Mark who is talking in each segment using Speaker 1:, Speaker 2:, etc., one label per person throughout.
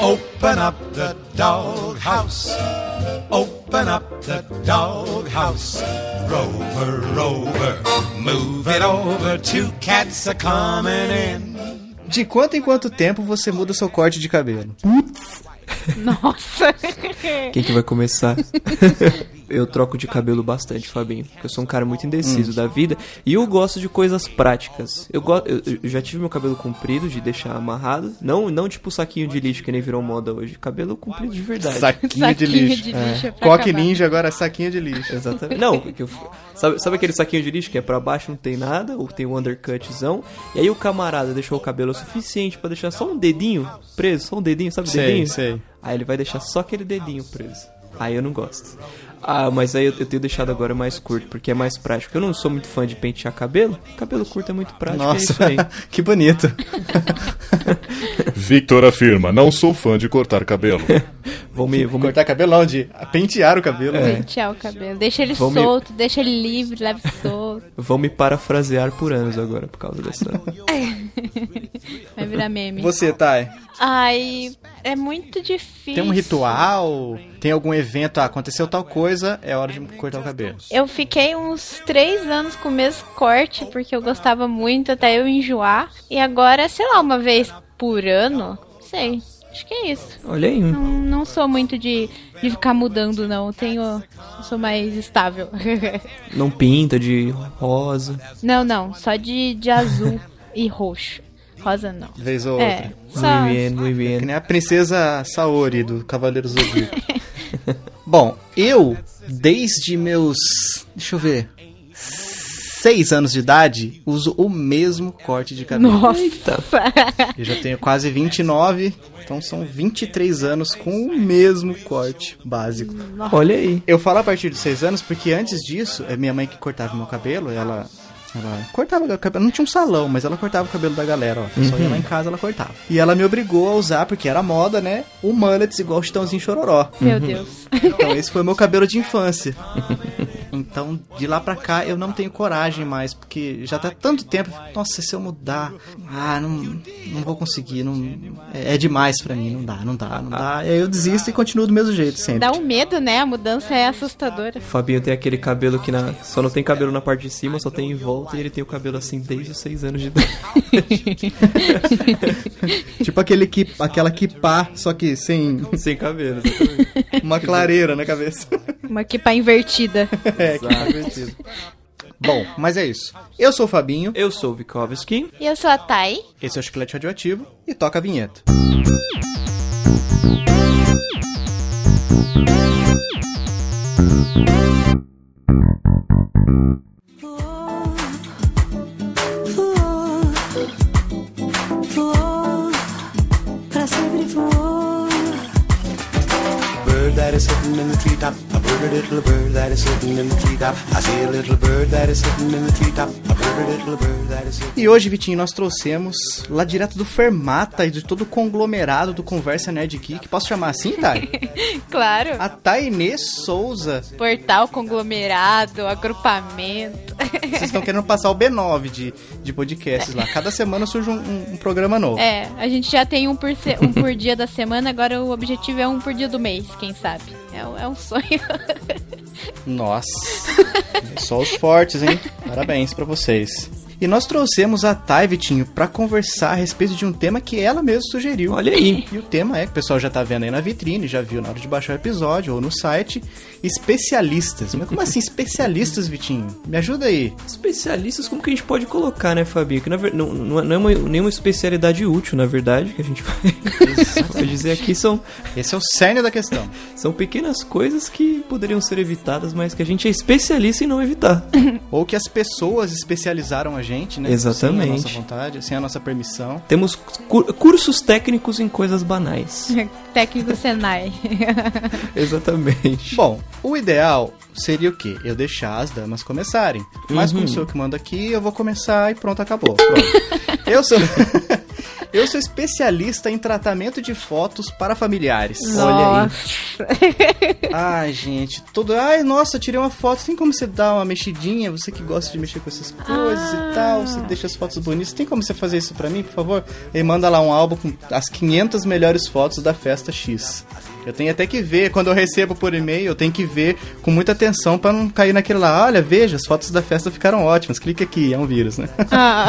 Speaker 1: Open up the dog house. Open up the dog house. Rover, rover, move it over. Two cats are coming in.
Speaker 2: De quanto em quanto tempo você muda seu corte de cabelo?
Speaker 3: Nossa.
Speaker 4: Quem que vai começar? eu troco de cabelo bastante, Fabinho. Porque eu sou um cara muito indeciso da vida. E eu gosto de coisas práticas. Eu, go eu, eu já tive meu cabelo comprido, de deixar amarrado. Não, não tipo saquinho de lixo, que nem virou moda hoje. Cabelo comprido de verdade.
Speaker 2: Saquinho de
Speaker 3: Saquinho
Speaker 2: lixo.
Speaker 3: de lixo é pra
Speaker 2: Coque
Speaker 3: acabar.
Speaker 2: ninja agora, saquinho de lixo.
Speaker 4: Exatamente. Não, porque eu, sabe, sabe aquele saquinho de lixo que é pra baixo, não tem nada, ou tem um undercutzão, e aí o camarada deixou o cabelo o suficiente pra deixar só um dedinho preso, só um dedinho, sabe o
Speaker 2: Sei,
Speaker 4: dedinho?
Speaker 2: sei.
Speaker 4: Aí ele vai deixar só aquele dedinho preso. Aí eu não gosto. Ah, mas aí eu, eu tenho deixado agora mais curto, porque é mais prático. Eu não sou muito fã de pentear cabelo, cabelo curto é muito prático, é isso
Speaker 2: Nossa,
Speaker 4: aí.
Speaker 2: que bonito.
Speaker 5: Victor afirma: não sou fã de cortar cabelo.
Speaker 4: Vou me, vou É. me
Speaker 2: Cortar cabelo não, de pentear o cabelo. né?
Speaker 3: Pentear o cabelo. Deixa ele
Speaker 4: Vamos-
Speaker 3: solto, deixa ele livre, leve solto.
Speaker 4: Vão me parafrasear por anos agora por causa dessa.
Speaker 3: Vai virar meme.
Speaker 2: Você, Thay,
Speaker 3: Ai, é muito difícil.
Speaker 2: tem um ritual? Tem algum evento? Ah, aconteceu tal coisa, é hora de cortar o cabelo.
Speaker 3: Eu fiquei uns três anos com o mesmo corte, porque eu gostava muito até eu enjoar. E agora, sei lá, uma vez por ano? Sei. Acho que é isso.
Speaker 4: Olha aí, um.
Speaker 3: Não, não sou muito de, de ficar mudando, não. Eu Tenho. eu Sou mais estável.
Speaker 4: não pinta de rosa.
Speaker 3: não, não. Só de, de azul e roxo. Rosa não.
Speaker 2: Vez ou
Speaker 3: É.
Speaker 2: outra.
Speaker 3: Só.
Speaker 4: Muito bem, muito bem.
Speaker 2: Que nem a princesa Saori do Cavaleiro Zodíaco. Bom, eu, desde meus. Deixa eu ver. Seis anos de idade, uso o mesmo corte de cabelo.
Speaker 4: Nossa!
Speaker 2: Eu já tenho quase 29, então são 23 anos com o mesmo corte básico.
Speaker 4: Olha aí.
Speaker 2: Eu falo a partir dos 6 anos porque antes disso, é minha mãe que cortava meu cabelo, ela. Ela cortava o cabelo, não tinha um salão, mas ela cortava o cabelo da galera, ó. Só ia lá em casa, ela cortava. E ela me obrigou a usar, porque era moda, né? O mullets igual o Chitãozinho Chororó.
Speaker 3: Meu Deus.
Speaker 2: Então esse foi meu cabelo de infância. Então, de lá pra cá, eu não tenho coragem mais, porque já tá tanto tempo. Nossa, se eu mudar, ah, não, não vou conseguir, não, é, é demais pra mim, não dá, não dá, não dá. E aí eu desisto e continuo do mesmo jeito sempre.
Speaker 3: Dá um medo, né? A mudança é assustadora.
Speaker 4: Fabinho tem aquele cabelo que na... só não tem cabelo na parte de cima, só tem em volta e ele tem o cabelo assim desde os 6 anos de idade.
Speaker 2: Tipo aquele que, aquela que pá, só que sem
Speaker 4: Sem cabelo. exatamente.
Speaker 2: uma clareira na cabeça.
Speaker 3: Uma equipa invertida.
Speaker 2: É, que divertido. Bom, mas é isso. Eu sou o Fabinho,
Speaker 4: Eu sou o Vikovski.
Speaker 3: E eu sou a Thay.
Speaker 2: esse é o Chiclete Radioativo e toca a vinheta.
Speaker 6: voou, pra sempre voou.
Speaker 1: Bird that is sitting in the treetop, a bird, a little bird that is sitting in the treetop. I see a little bird that is sitting in the treetop, a bird, a little bird that is sitting.
Speaker 2: E hoje, Vitinho, nós trouxemos lá direto do Fermata e de todo o conglomerado do Conversa Nerd Geek. Posso chamar assim, Thay?
Speaker 3: Claro.
Speaker 2: A Tainê Souza.
Speaker 3: Portal, conglomerado, agrupamento.
Speaker 2: Vocês estão querendo passar o B9 de, de podcasts lá. Cada semana surge um, um- um programa novo.
Speaker 3: É, a gente já tem um por, se- um por dia da semana, agora o objetivo é um por dia do mês, quem sabe? É, um- é um sonho.
Speaker 2: Nossa. Só os fortes, hein? Parabéns pra vocês. E nós trouxemos a Thay, Vitinho, pra conversar a respeito de um tema que ela mesma sugeriu.
Speaker 4: Olha aí.
Speaker 2: E o tema é, que o pessoal já tá vendo aí na vitrine, já viu na hora de baixar o episódio ou no site, especialistas. Mas como assim especialistas, Vitinho? Me ajuda aí.
Speaker 4: Especialistas, como que a gente pode colocar, né, Fabinho? Que na ver... não, não é não é uma- nenhuma especialidade útil, na verdade, que a gente vai, vai dizer aqui. São,
Speaker 2: Esse é o cerne da questão.
Speaker 4: são pequenas coisas que poderiam ser evitadas, mas que a gente é especialista em não evitar.
Speaker 2: ou que as pessoas especializaram a gente, né? Sem a
Speaker 4: Exatamente.
Speaker 2: nossa vontade, sem a nossa permissão.
Speaker 4: Temos cu- cursos técnicos em coisas banais.
Speaker 3: Técnico Senai.
Speaker 4: Exatamente.
Speaker 2: Bom, o ideal seria o quê? Eu deixar as damas começarem. Mas como sou eu que mando aqui, eu vou começar e pronto, acabou. Pronto. eu sou. Eu sou especialista em tratamento de fotos para familiares. Olha aí.
Speaker 3: Nossa.
Speaker 2: Ai, gente, tudo. Ai, nossa, eu tirei uma foto. Tem como você dar uma mexidinha? Você que gosta de mexer com essas coisas
Speaker 3: Ah.
Speaker 2: e tal. Você deixa as fotos bonitas. Tem como você fazer isso pra mim, por favor? E manda lá um álbum com as 500 melhores fotos da festa X. Eu tenho até que ver, quando eu recebo por e-mail, eu tenho que ver com muita atenção pra não cair naquele lá. Olha, veja, as fotos da festa ficaram ótimas. Clique aqui, é um vírus, né?
Speaker 3: Ah.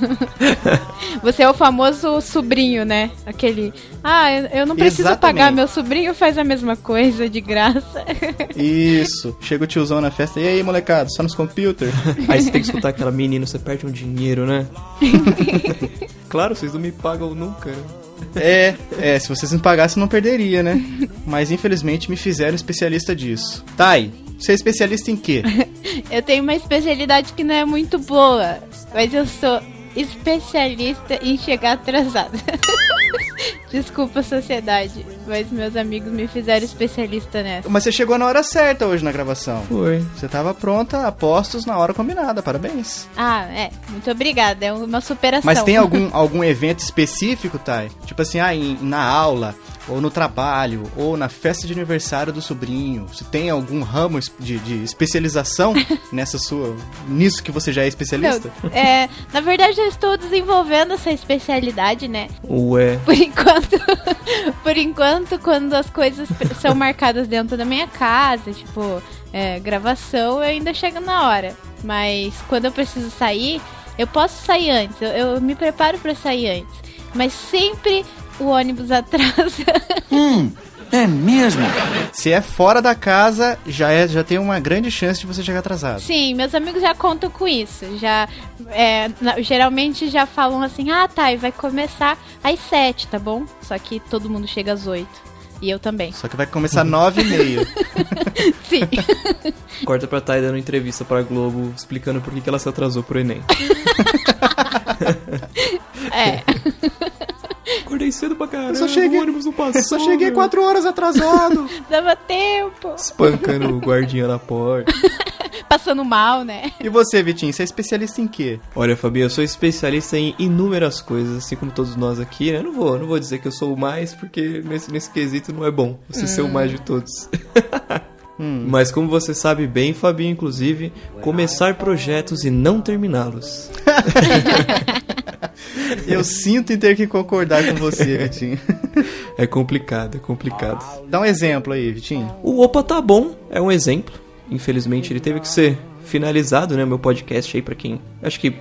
Speaker 3: Você é o famoso sobrinho, né? Aquele. Ah, eu eu não preciso
Speaker 2: Exatamente.
Speaker 3: pagar, meu sobrinho faz a mesma coisa de graça.
Speaker 2: Isso. Chega o tiozão na festa. E aí, molecada, só nos computers?
Speaker 4: Aí você tem que escutar aquela menina, você perde um dinheiro, né? claro, vocês não me pagam nunca. né?
Speaker 2: É, é, se vocês me pagassem eu não perderia, né? Mas infelizmente me fizeram especialista disso. Thay, você é especialista em quê?
Speaker 3: Eu tenho uma especialidade que não é muito boa, mas eu sou especialista em chegar atrasada. Desculpa, sociedade, mas meus amigos me fizeram especialista nessa.
Speaker 2: Mas você chegou na hora certa hoje na gravação.
Speaker 4: Foi.
Speaker 2: Você tava pronta, apostos, na hora combinada, parabéns.
Speaker 3: Ah, é, muito obrigada, é uma superação.
Speaker 2: Mas tem algum, algum evento específico, Thay? Tipo assim, ah, em- na aula, ou no trabalho, ou na festa de aniversário do sobrinho. Você tem algum ramo es- de, de especialização nessa sua. nisso que você já é especialista?
Speaker 3: Não, é, na verdade, eu estou desenvolvendo essa especialidade, né?
Speaker 4: Ué.
Speaker 3: Por enquanto, por enquanto, quando as coisas pre- são marcadas dentro da minha casa, tipo, é, gravação, eu ainda chego na hora. Mas quando eu preciso sair, eu posso sair antes, eu, eu me preparo pra sair antes. Mas sempre o ônibus atrasa.
Speaker 2: Se é fora da casa, já, é, já tem uma grande chance de você chegar atrasado.
Speaker 3: Sim, meus amigos já contam com isso. Já, é, na- geralmente já falam assim, ah tá, e vai começar às sete, tá bom? Só que todo mundo chega às oito. E eu também.
Speaker 2: Só que vai começar nove e meio.
Speaker 3: Sim.
Speaker 4: Corta pra Thay dando entrevista pra Globo, explicando por que que ela se atrasou pro Enem.
Speaker 3: É.
Speaker 4: Acordei cedo pra caramba,
Speaker 2: só cheguei-
Speaker 4: o ônibus não passou.
Speaker 2: Só cheguei
Speaker 4: meu.
Speaker 2: quatro horas atrasado.
Speaker 3: Dava tempo.
Speaker 4: Espancando o guardinha na porta.
Speaker 3: Passando mal, né?
Speaker 2: E você, Vitinho, você é especialista em quê?
Speaker 4: Olha, Fabinho, eu sou especialista em inúmeras coisas, assim como todos nós aqui, né? Eu não vou, não vou dizer que eu sou o mais, porque nesse, nesse quesito não é bom você ser o
Speaker 2: Hum.
Speaker 4: mais de todos. Mas como você sabe bem, Fabinho, inclusive, começar projetos e não terminá-los.
Speaker 2: Eu sinto em ter que concordar com você, Vitinho.
Speaker 4: É complicado, é complicado.
Speaker 2: Dá um exemplo aí, Vitinho.
Speaker 4: O Opa Tá Bom é um exemplo. Infelizmente, ele teve que ser finalizado, né? Meu podcast aí pra quem... Acho que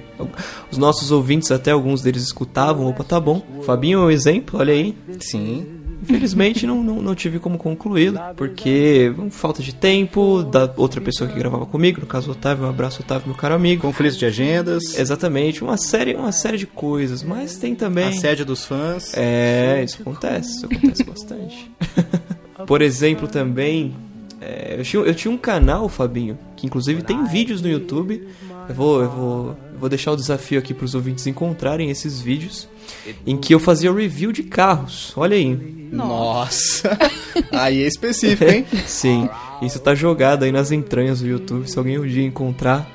Speaker 4: os nossos ouvintes, até alguns deles escutavam o Opa Tá Bom. Fabinho é um exemplo, olha aí.
Speaker 2: Sim.
Speaker 4: Infelizmente não, não, não tive como concluí-lo, porque um, falta de tempo, da outra pessoa que gravava comigo, no caso o Otávio, um abraço Otávio, meu caro amigo.
Speaker 2: Conflitos de agendas,
Speaker 4: Exatamente, uma série, uma série de coisas, mas tem também...
Speaker 2: assédio dos fãs.
Speaker 4: É, isso acontece, isso acontece bastante. Por exemplo, também, é, eu, tinha, eu tinha um canal, Fabinho, que inclusive tem vídeos no YouTube. Eu vou, eu vou, eu vou deixar o desafio aqui para os ouvintes encontrarem esses vídeos, em que eu fazia review de carros. Olha aí,
Speaker 2: Nossa. aí é específico, hein?
Speaker 4: Sim, isso tá jogado aí nas entranhas do YouTube. Se alguém um dia encontrar,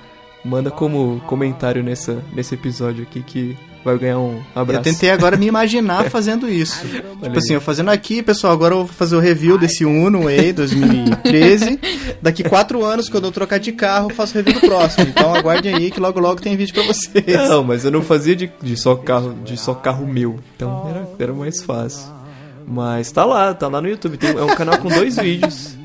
Speaker 4: manda como comentário nessa, nesse episódio aqui que vai ganhar um abraço.
Speaker 2: Eu tentei agora me imaginar fazendo isso. tipo
Speaker 4: aí.
Speaker 2: assim, eu fazendo aqui, pessoal, agora eu vou fazer o review desse Uno E 2013. Daqui quatro anos, quando eu trocar de carro, eu faço review do próximo. Então aguardem aí que logo logo tem vídeo pra vocês.
Speaker 4: Não, mas eu não fazia de, de só carro de só carro meu. Então era, era mais fácil. Mas tá lá, tá lá no YouTube. Tem, é um canal com dois vídeos.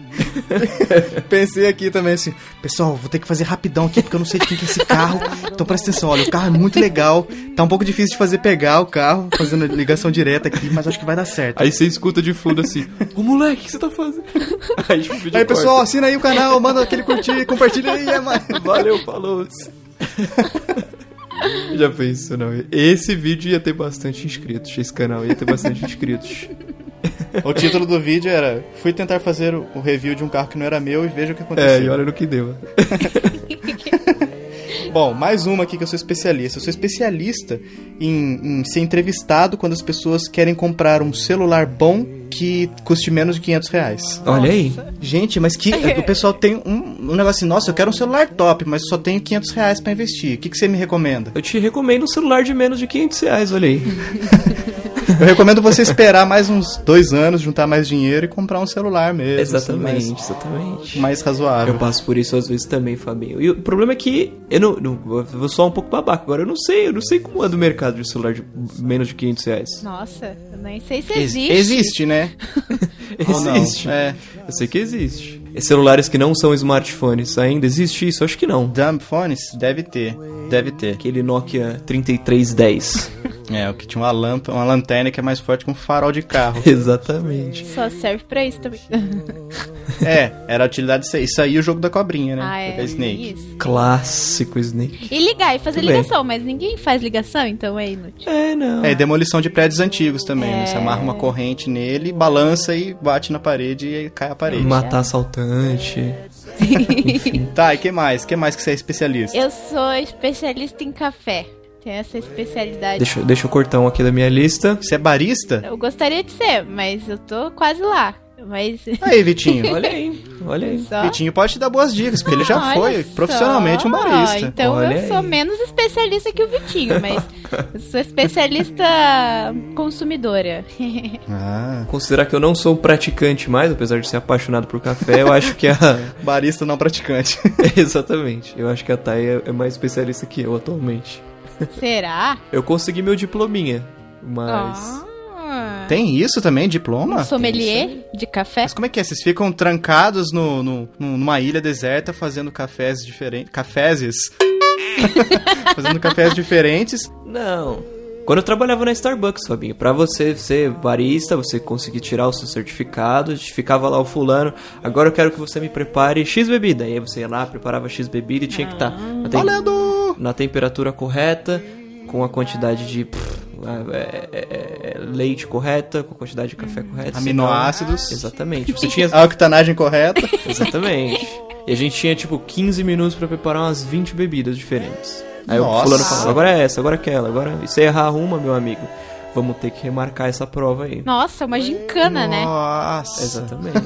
Speaker 2: Pensei aqui também assim, pessoal, vou ter que fazer rapidão aqui porque eu não sei de quem que é esse carro. Então presta atenção, olha, o carro é muito legal. Tá um pouco difícil de fazer pegar o carro, fazendo ligação direta aqui, mas acho que vai dar certo.
Speaker 4: Aí você escuta de fundo assim: Ô moleque, o que você tá fazendo? Aí, tipo, o vídeo
Speaker 2: Aí,
Speaker 4: corta.
Speaker 2: pessoal, assina aí o canal, manda aquele curtir, compartilha aí, é mais.
Speaker 4: Valeu, falou. Já fez isso, não. Esse vídeo ia ter bastante inscritos. Esse canal ia ter bastante inscritos.
Speaker 2: O título do vídeo era Fui tentar fazer o o review de um carro que não era meu e veja o que
Speaker 4: É, e
Speaker 2: aconteceu.
Speaker 4: olha no que deu.
Speaker 2: Bom, mais uma aqui que eu sou especialista. Eu sou especialista em, em ser entrevistado quando as pessoas querem comprar um celular bom que que custe menos de 500 reais.
Speaker 4: Olha aí.
Speaker 2: Gente, mas que o pessoal tem um, um negócio assim, nossa, eu quero um celular top, mas só tenho 500 reais pra investir. O que, que você me recomenda?
Speaker 4: Eu te recomendo um celular de menos de 500 reais, olha aí.
Speaker 2: Eu recomendo você esperar mais uns dois anos, juntar mais dinheiro e comprar um celular mesmo. assim, mais-
Speaker 4: exatamente, exatamente.
Speaker 2: mais razoável.
Speaker 4: Eu passo por isso às vezes também, Fabinho. E o problema é que eu não, não- eu vou só um pouco babaca agora. Eu não sei, eu não sei como anda o mercado de celular de menos de 500 reais.
Speaker 3: Nossa, eu nem sei se
Speaker 2: Ex-
Speaker 3: existe.
Speaker 2: Existe, né? Ou não?
Speaker 4: Existe.
Speaker 2: É.
Speaker 4: Eu sei que existe. E celulares que não são smartphones ainda existe isso? Acho que não.
Speaker 2: Dumb phones? Deve ter. Deve ter.
Speaker 4: Aquele Nokia 3310.
Speaker 2: É, o que tinha uma lâmpada, uma lanterna que é mais forte que um farol de carro.
Speaker 4: Exatamente.
Speaker 3: Só serve pra isso também.
Speaker 2: né? é, era a utilidade disso aí. Isso aí e o jogo da cobrinha, né?
Speaker 3: ah,
Speaker 2: Jogar
Speaker 3: é.
Speaker 2: Snake.
Speaker 3: Isso.
Speaker 4: Clássico Snake.
Speaker 3: E ligar e fazer
Speaker 4: Tudo bem.
Speaker 3: ligação, mas ninguém faz ligação, então é inútil.
Speaker 4: É, não.
Speaker 2: É, e demolição de prédios antigos também, né? Você
Speaker 3: É.
Speaker 2: amarra uma corrente nele, balança e bate na parede e cai a parede.
Speaker 4: Matar assaltante.
Speaker 2: Tá, e que mais? que mais que você é especialista?
Speaker 3: Eu sou especialista em café. Tenho essa especialidade.
Speaker 4: Deixa, deixa eu cortar um aqui da minha lista.
Speaker 2: Você é barista?
Speaker 3: Eu gostaria de ser, mas eu tô quase lá. Mas
Speaker 2: Aí, Vitinho.
Speaker 4: Olha aí, olha aí.
Speaker 3: só...
Speaker 2: Vitinho pode te dar boas dicas, porque ele já
Speaker 3: Olha
Speaker 2: foi
Speaker 3: só.
Speaker 2: profissionalmente um barista.
Speaker 3: Então
Speaker 4: Olha
Speaker 3: eu sou
Speaker 4: aí.
Speaker 3: menos especialista que o Vitinho, mas eu sou especialista consumidora.
Speaker 2: Ah,
Speaker 4: Considerar que eu não sou um praticante mais, apesar de ser apaixonado por café, eu acho que a.
Speaker 2: barista não praticante.
Speaker 4: Exatamente. Eu acho que a Thay é, é mais especialista que eu atualmente.
Speaker 3: Será?
Speaker 4: Eu consegui meu diplominha, mas.
Speaker 3: Ah.
Speaker 2: Tem isso também, diploma?
Speaker 3: Um sommelier de café?
Speaker 2: Mas como é que é? Vocês ficam trancados no, no- num- numa ilha deserta fazendo cafés diferentes. Caféses? fazendo cafés diferentes.
Speaker 4: Não. Quando eu trabalhava na Starbucks, Fabinho, pra você ser barista, você conseguir tirar o seu certificado, ficava lá o fulano, agora eu quero que você me prepare X bebida. E aí você ia lá, preparava X bebida e tinha que estar na, tem-
Speaker 2: Valendo!
Speaker 4: na temperatura correta, com a quantidade de pff, é- é- é- leite correta, com a quantidade de café correta.
Speaker 2: Uhum. Aminoácidos.
Speaker 4: Exatamente. Você tinha
Speaker 2: A octanagem correta.
Speaker 4: Exatamente. E a gente tinha, tipo, 15 minutos pra preparar umas 20 bebidas diferentes. Aí
Speaker 2: Nossa.
Speaker 4: o fulano falava, agora é essa, agora é aquela, agora... E se errar uma, meu amigo, vamos ter que remarcar essa prova aí.
Speaker 3: Nossa, uma gincana, né?
Speaker 2: Nossa.
Speaker 4: Exatamente.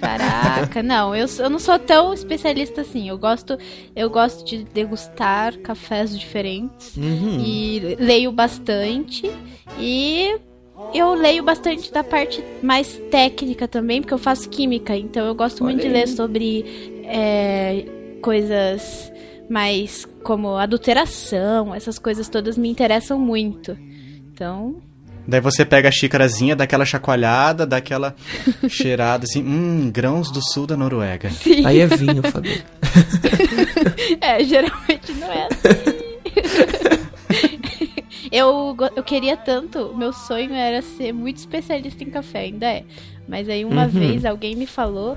Speaker 3: Caraca, não, eu, eu não sou tão especialista assim. Eu gosto, eu gosto de degustar cafés diferentes
Speaker 4: Uhum.
Speaker 3: e leio bastante e eu leio bastante da parte mais técnica também, porque eu faço química, então eu gosto muito
Speaker 4: Olha
Speaker 3: de
Speaker 4: aí.
Speaker 3: ler sobre é, coisas mais como adulteração, essas coisas todas me interessam muito. Então,
Speaker 2: Daí você pega a xícarazinha, dá aquela chacoalhada, dá aquela cheirada assim. Hum, grãos do sul da Noruega.
Speaker 4: Aí é vinho, Fabinho.
Speaker 3: É, geralmente não é assim. eu, go- eu queria tanto, meu sonho era ser muito especialista em café, ainda é. Mas aí uma
Speaker 4: Uhum.
Speaker 3: vez alguém me falou,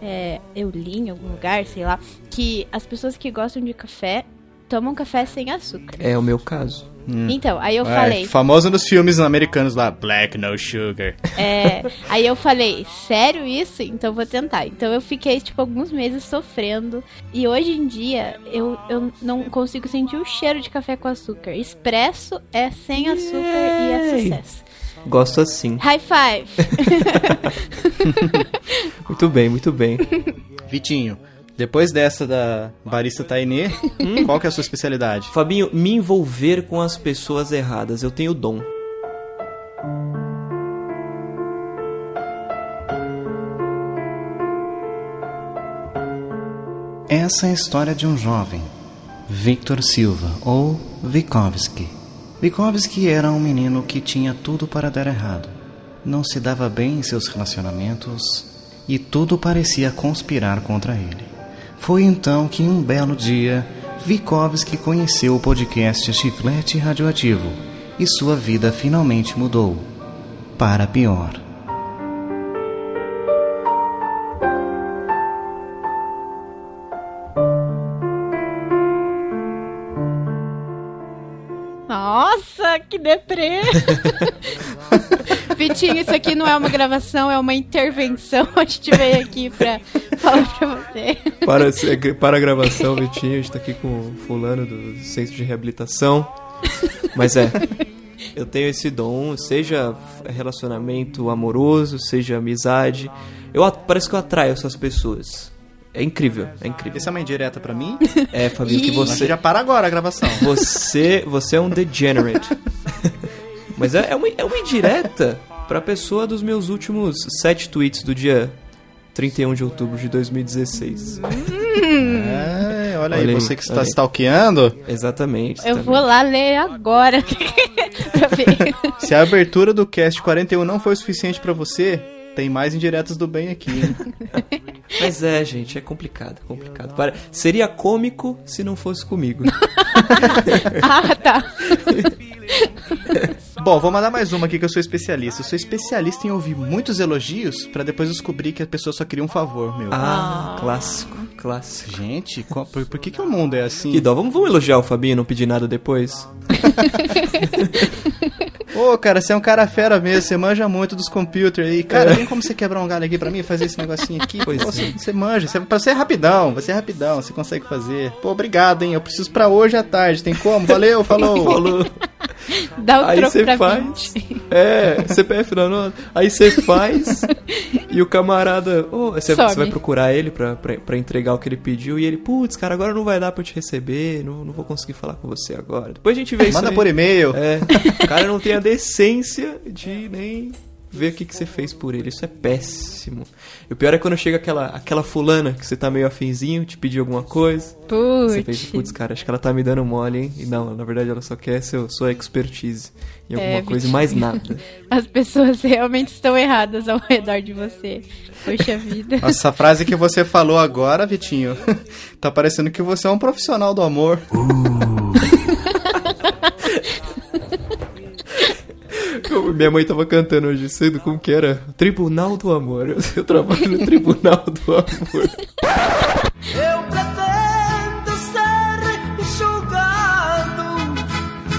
Speaker 3: é, eu li em algum lugar, sei lá, que as pessoas que gostam de café tomam café sem açúcar.
Speaker 4: É o meu caso.
Speaker 3: Então, aí eu
Speaker 2: É,
Speaker 3: falei,
Speaker 2: Famoso nos filmes americanos lá, Black No Sugar.
Speaker 3: É, aí eu falei, sério isso? Então vou tentar. Então eu fiquei, tipo, alguns meses sofrendo. E hoje em dia, eu, eu não consigo sentir o cheiro de café com açúcar. Expresso é sem açúcar e é
Speaker 4: Yay!
Speaker 3: sucesso.
Speaker 4: Gosto assim.
Speaker 3: High five!
Speaker 4: Muito bem, muito bem.
Speaker 2: Vitinho, depois dessa da barista Tainê,
Speaker 3: Hum?
Speaker 2: qual que é a sua especialidade?
Speaker 4: Fabinho, me envolver com as pessoas erradas. Eu tenho dom.
Speaker 2: Essa é a história de um jovem, Victor Silva, ou Vikovsky. Vikovsky era um menino que tinha tudo para dar errado. Não se dava bem em seus relacionamentos e tudo parecia conspirar contra ele. Foi então que, um belo dia, Vikovsky conheceu o podcast Chiclete Radioativo e sua vida finalmente mudou para pior.
Speaker 3: Nossa, que deprê! Vitinho, isso aqui não é uma gravação, é uma intervenção. A gente veio aqui pra falar pra você.
Speaker 4: Para, é para a gravação, Vitinho, a gente tá aqui com o fulano do centro de reabilitação. Mas é, Eu tenho esse dom, seja relacionamento amoroso, seja amizade. Eu at- parece que eu atraio essas pessoas. É incrível, é incrível.
Speaker 2: Isso é uma indireta pra mim?
Speaker 4: É, Fabinho, que
Speaker 2: Mas você
Speaker 4: você
Speaker 2: já para agora a gravação.
Speaker 4: você, você é um degenerate. Mas é, é uma, é uma indireta pra pessoa dos meus últimos sete tweets do dia 31 de outubro de 2016.
Speaker 2: É, olha, aí,
Speaker 4: Olha aí,
Speaker 2: você que está
Speaker 4: olha aí.
Speaker 2: stalkeando.
Speaker 4: Exatamente.
Speaker 3: Eu
Speaker 4: tá
Speaker 3: vou
Speaker 4: vendo?
Speaker 3: lá ler agora pra ver.
Speaker 2: Se a abertura do cast 41 não foi o suficiente pra você, tem mais indiretas do bem aqui. hein?
Speaker 4: Mas é, gente, é complicado, é complicado. Para- Seria cômico se não fosse comigo.
Speaker 3: Ah, tá.
Speaker 2: Bom, vou mandar mais uma aqui que eu sou especialista. Eu sou especialista em ouvir muitos elogios pra depois descobrir que a pessoa só queria um favor, meu.
Speaker 4: Ah, clássico, clássico.
Speaker 2: Gente, co- por, por que, que o mundo é assim?
Speaker 4: Que dó, vamos, vamos elogiar o Fabinho e não pedir nada depois?
Speaker 2: Ô, cara, você é um cara fera mesmo, você manja muito dos computers aí. Cara, tem como você quebrar um galho aqui pra mim, fazer esse negocinho aqui?
Speaker 4: É. Pois
Speaker 2: Pô,
Speaker 4: é.
Speaker 2: você, você manja, você, pra você é rapidão, você é rapidão, você consegue fazer. Pô, obrigado, hein? Eu preciso pra hoje à tarde, tem como? Valeu, falou.
Speaker 4: Falou.
Speaker 3: Dá o
Speaker 4: Aí
Speaker 3: troco
Speaker 4: você
Speaker 3: pra
Speaker 4: faz.
Speaker 3: 20.
Speaker 4: É, CPF na nota. Aí você faz e o camarada. ô, você,
Speaker 3: Some.
Speaker 4: você vai procurar ele pra, pra, pra entregar o que ele pediu e ele, putz, cara, agora não vai dar pra eu te receber, não, não vou conseguir falar com você agora. Depois a gente vê isso.
Speaker 2: Manda
Speaker 4: aí.
Speaker 2: por e-mail.
Speaker 4: É, o cara não tem a decência de nem ver o que, que você fez por ele. Isso é péssimo. E o pior é quando chega aquela, aquela fulana que você tá meio afinzinho, te pedir alguma coisa. Você pensa,
Speaker 3: Putz.
Speaker 4: putz, cara, acho que ela tá me dando mole, hein? E não, na verdade ela só quer seu, sua expertise em alguma
Speaker 3: É,
Speaker 4: coisa e
Speaker 3: Vitinho.
Speaker 4: mais nada.
Speaker 3: As pessoas realmente estão erradas ao redor de você. Poxa vida.
Speaker 2: Nossa, Essa frase que você falou agora, Vitinho, tá parecendo que você é um profissional do amor.
Speaker 4: Como Minha mãe tava cantando hoje cedo, como que era? Tribunal do Amor. Eu, eu trabalho no Tribunal do Amor.
Speaker 7: Eu pretendo ser julgado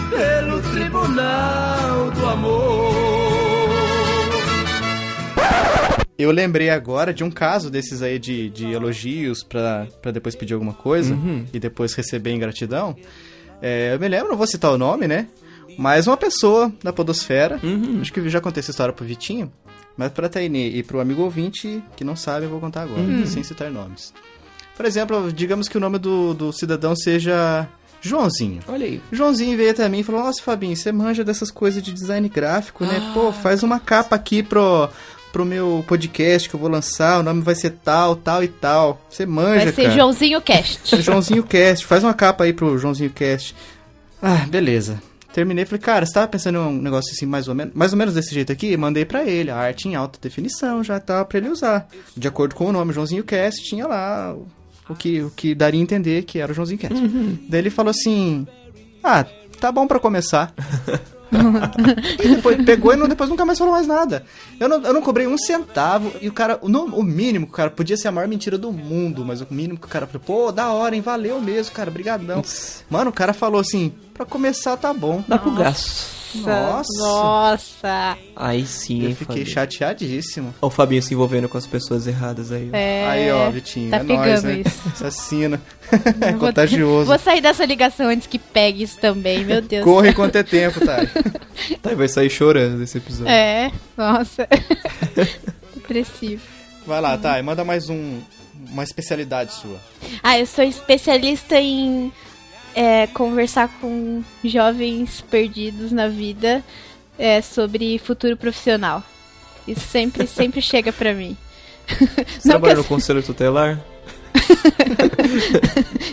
Speaker 7: pelo Tribunal do Amor.
Speaker 2: Eu lembrei agora de um caso desses aí de, de elogios pra, pra depois pedir alguma coisa e depois receber em gratidão. É, eu me lembro, não vou citar o nome, né? Mas uma pessoa da Podosfera,
Speaker 4: Uhum.
Speaker 2: acho que já contei essa história pro Vitinho, mas pra Tainê e pro amigo ouvinte que não sabe, eu vou contar agora,
Speaker 4: Uhum.
Speaker 2: sem citar nomes. Por exemplo, digamos que o nome do, do cidadão seja Joãozinho.
Speaker 4: Olha aí.
Speaker 2: Joãozinho veio até mim e falou: Nossa, Fabinho, você manja dessas coisas de design gráfico, né?
Speaker 4: Ah.
Speaker 2: Pô, faz uma capa aqui pro, pro meu podcast que eu vou lançar. O nome vai ser tal, tal e tal. Você manja,
Speaker 3: Vai ser
Speaker 2: cara.
Speaker 3: Joãozinho Cast.
Speaker 2: Joãozinho Cast. Faz uma capa aí pro Joãozinho Cast. Ah, beleza. Terminei, falei, cara, você tava pensando em um negócio assim, mais ou menos, mais ou menos desse jeito aqui? Mandei pra ele, a arte em alta definição, já tal, pra ele usar. De acordo com o nome, Joãozinho Cast, tinha lá o- o que, o que daria a entender que era o Joãozinho Cast. Daí ele falou assim, ah, tá bom pra começar. e depois pegou e não- depois nunca mais falou mais nada. Eu não, eu não cobrei um centavo e o cara, o, no- o mínimo, que o cara, podia ser a maior mentira do mundo, mas o mínimo que o cara falou, pô, da hora, hein, valeu mesmo, cara, brigadão. Mano, o cara falou assim, pra começar tá bom.
Speaker 4: Dá pro gasto.
Speaker 2: Nossa.
Speaker 3: Nossa.
Speaker 4: Aí sim, hein,
Speaker 2: Eu fiquei
Speaker 4: Fabinho.
Speaker 2: chateadíssimo.
Speaker 4: Olha o Fabinho se envolvendo com as pessoas erradas aí. ó.
Speaker 3: É,
Speaker 2: Aí, ó, Vitinho,
Speaker 3: tá
Speaker 2: é
Speaker 3: pegando
Speaker 2: nóis, né?
Speaker 3: isso.
Speaker 2: Assassino. é
Speaker 3: Eu vou-
Speaker 2: contagioso.
Speaker 3: Vou sair dessa ligação antes que pegue isso também, meu Deus.
Speaker 2: Corre enquanto é tempo, Thay.
Speaker 4: Tá, e vai sair chorando esse episódio.
Speaker 3: É, nossa. Depressivo.
Speaker 2: Vai lá, Thay, manda mais um, uma especialidade sua.
Speaker 3: Ah, eu sou especialista em é, conversar com jovens perdidos na vida é, sobre futuro profissional. Isso sempre, sempre chega pra mim.
Speaker 4: Você
Speaker 3: Não que
Speaker 4: trabalha
Speaker 3: eu-
Speaker 4: no conselho tutelar?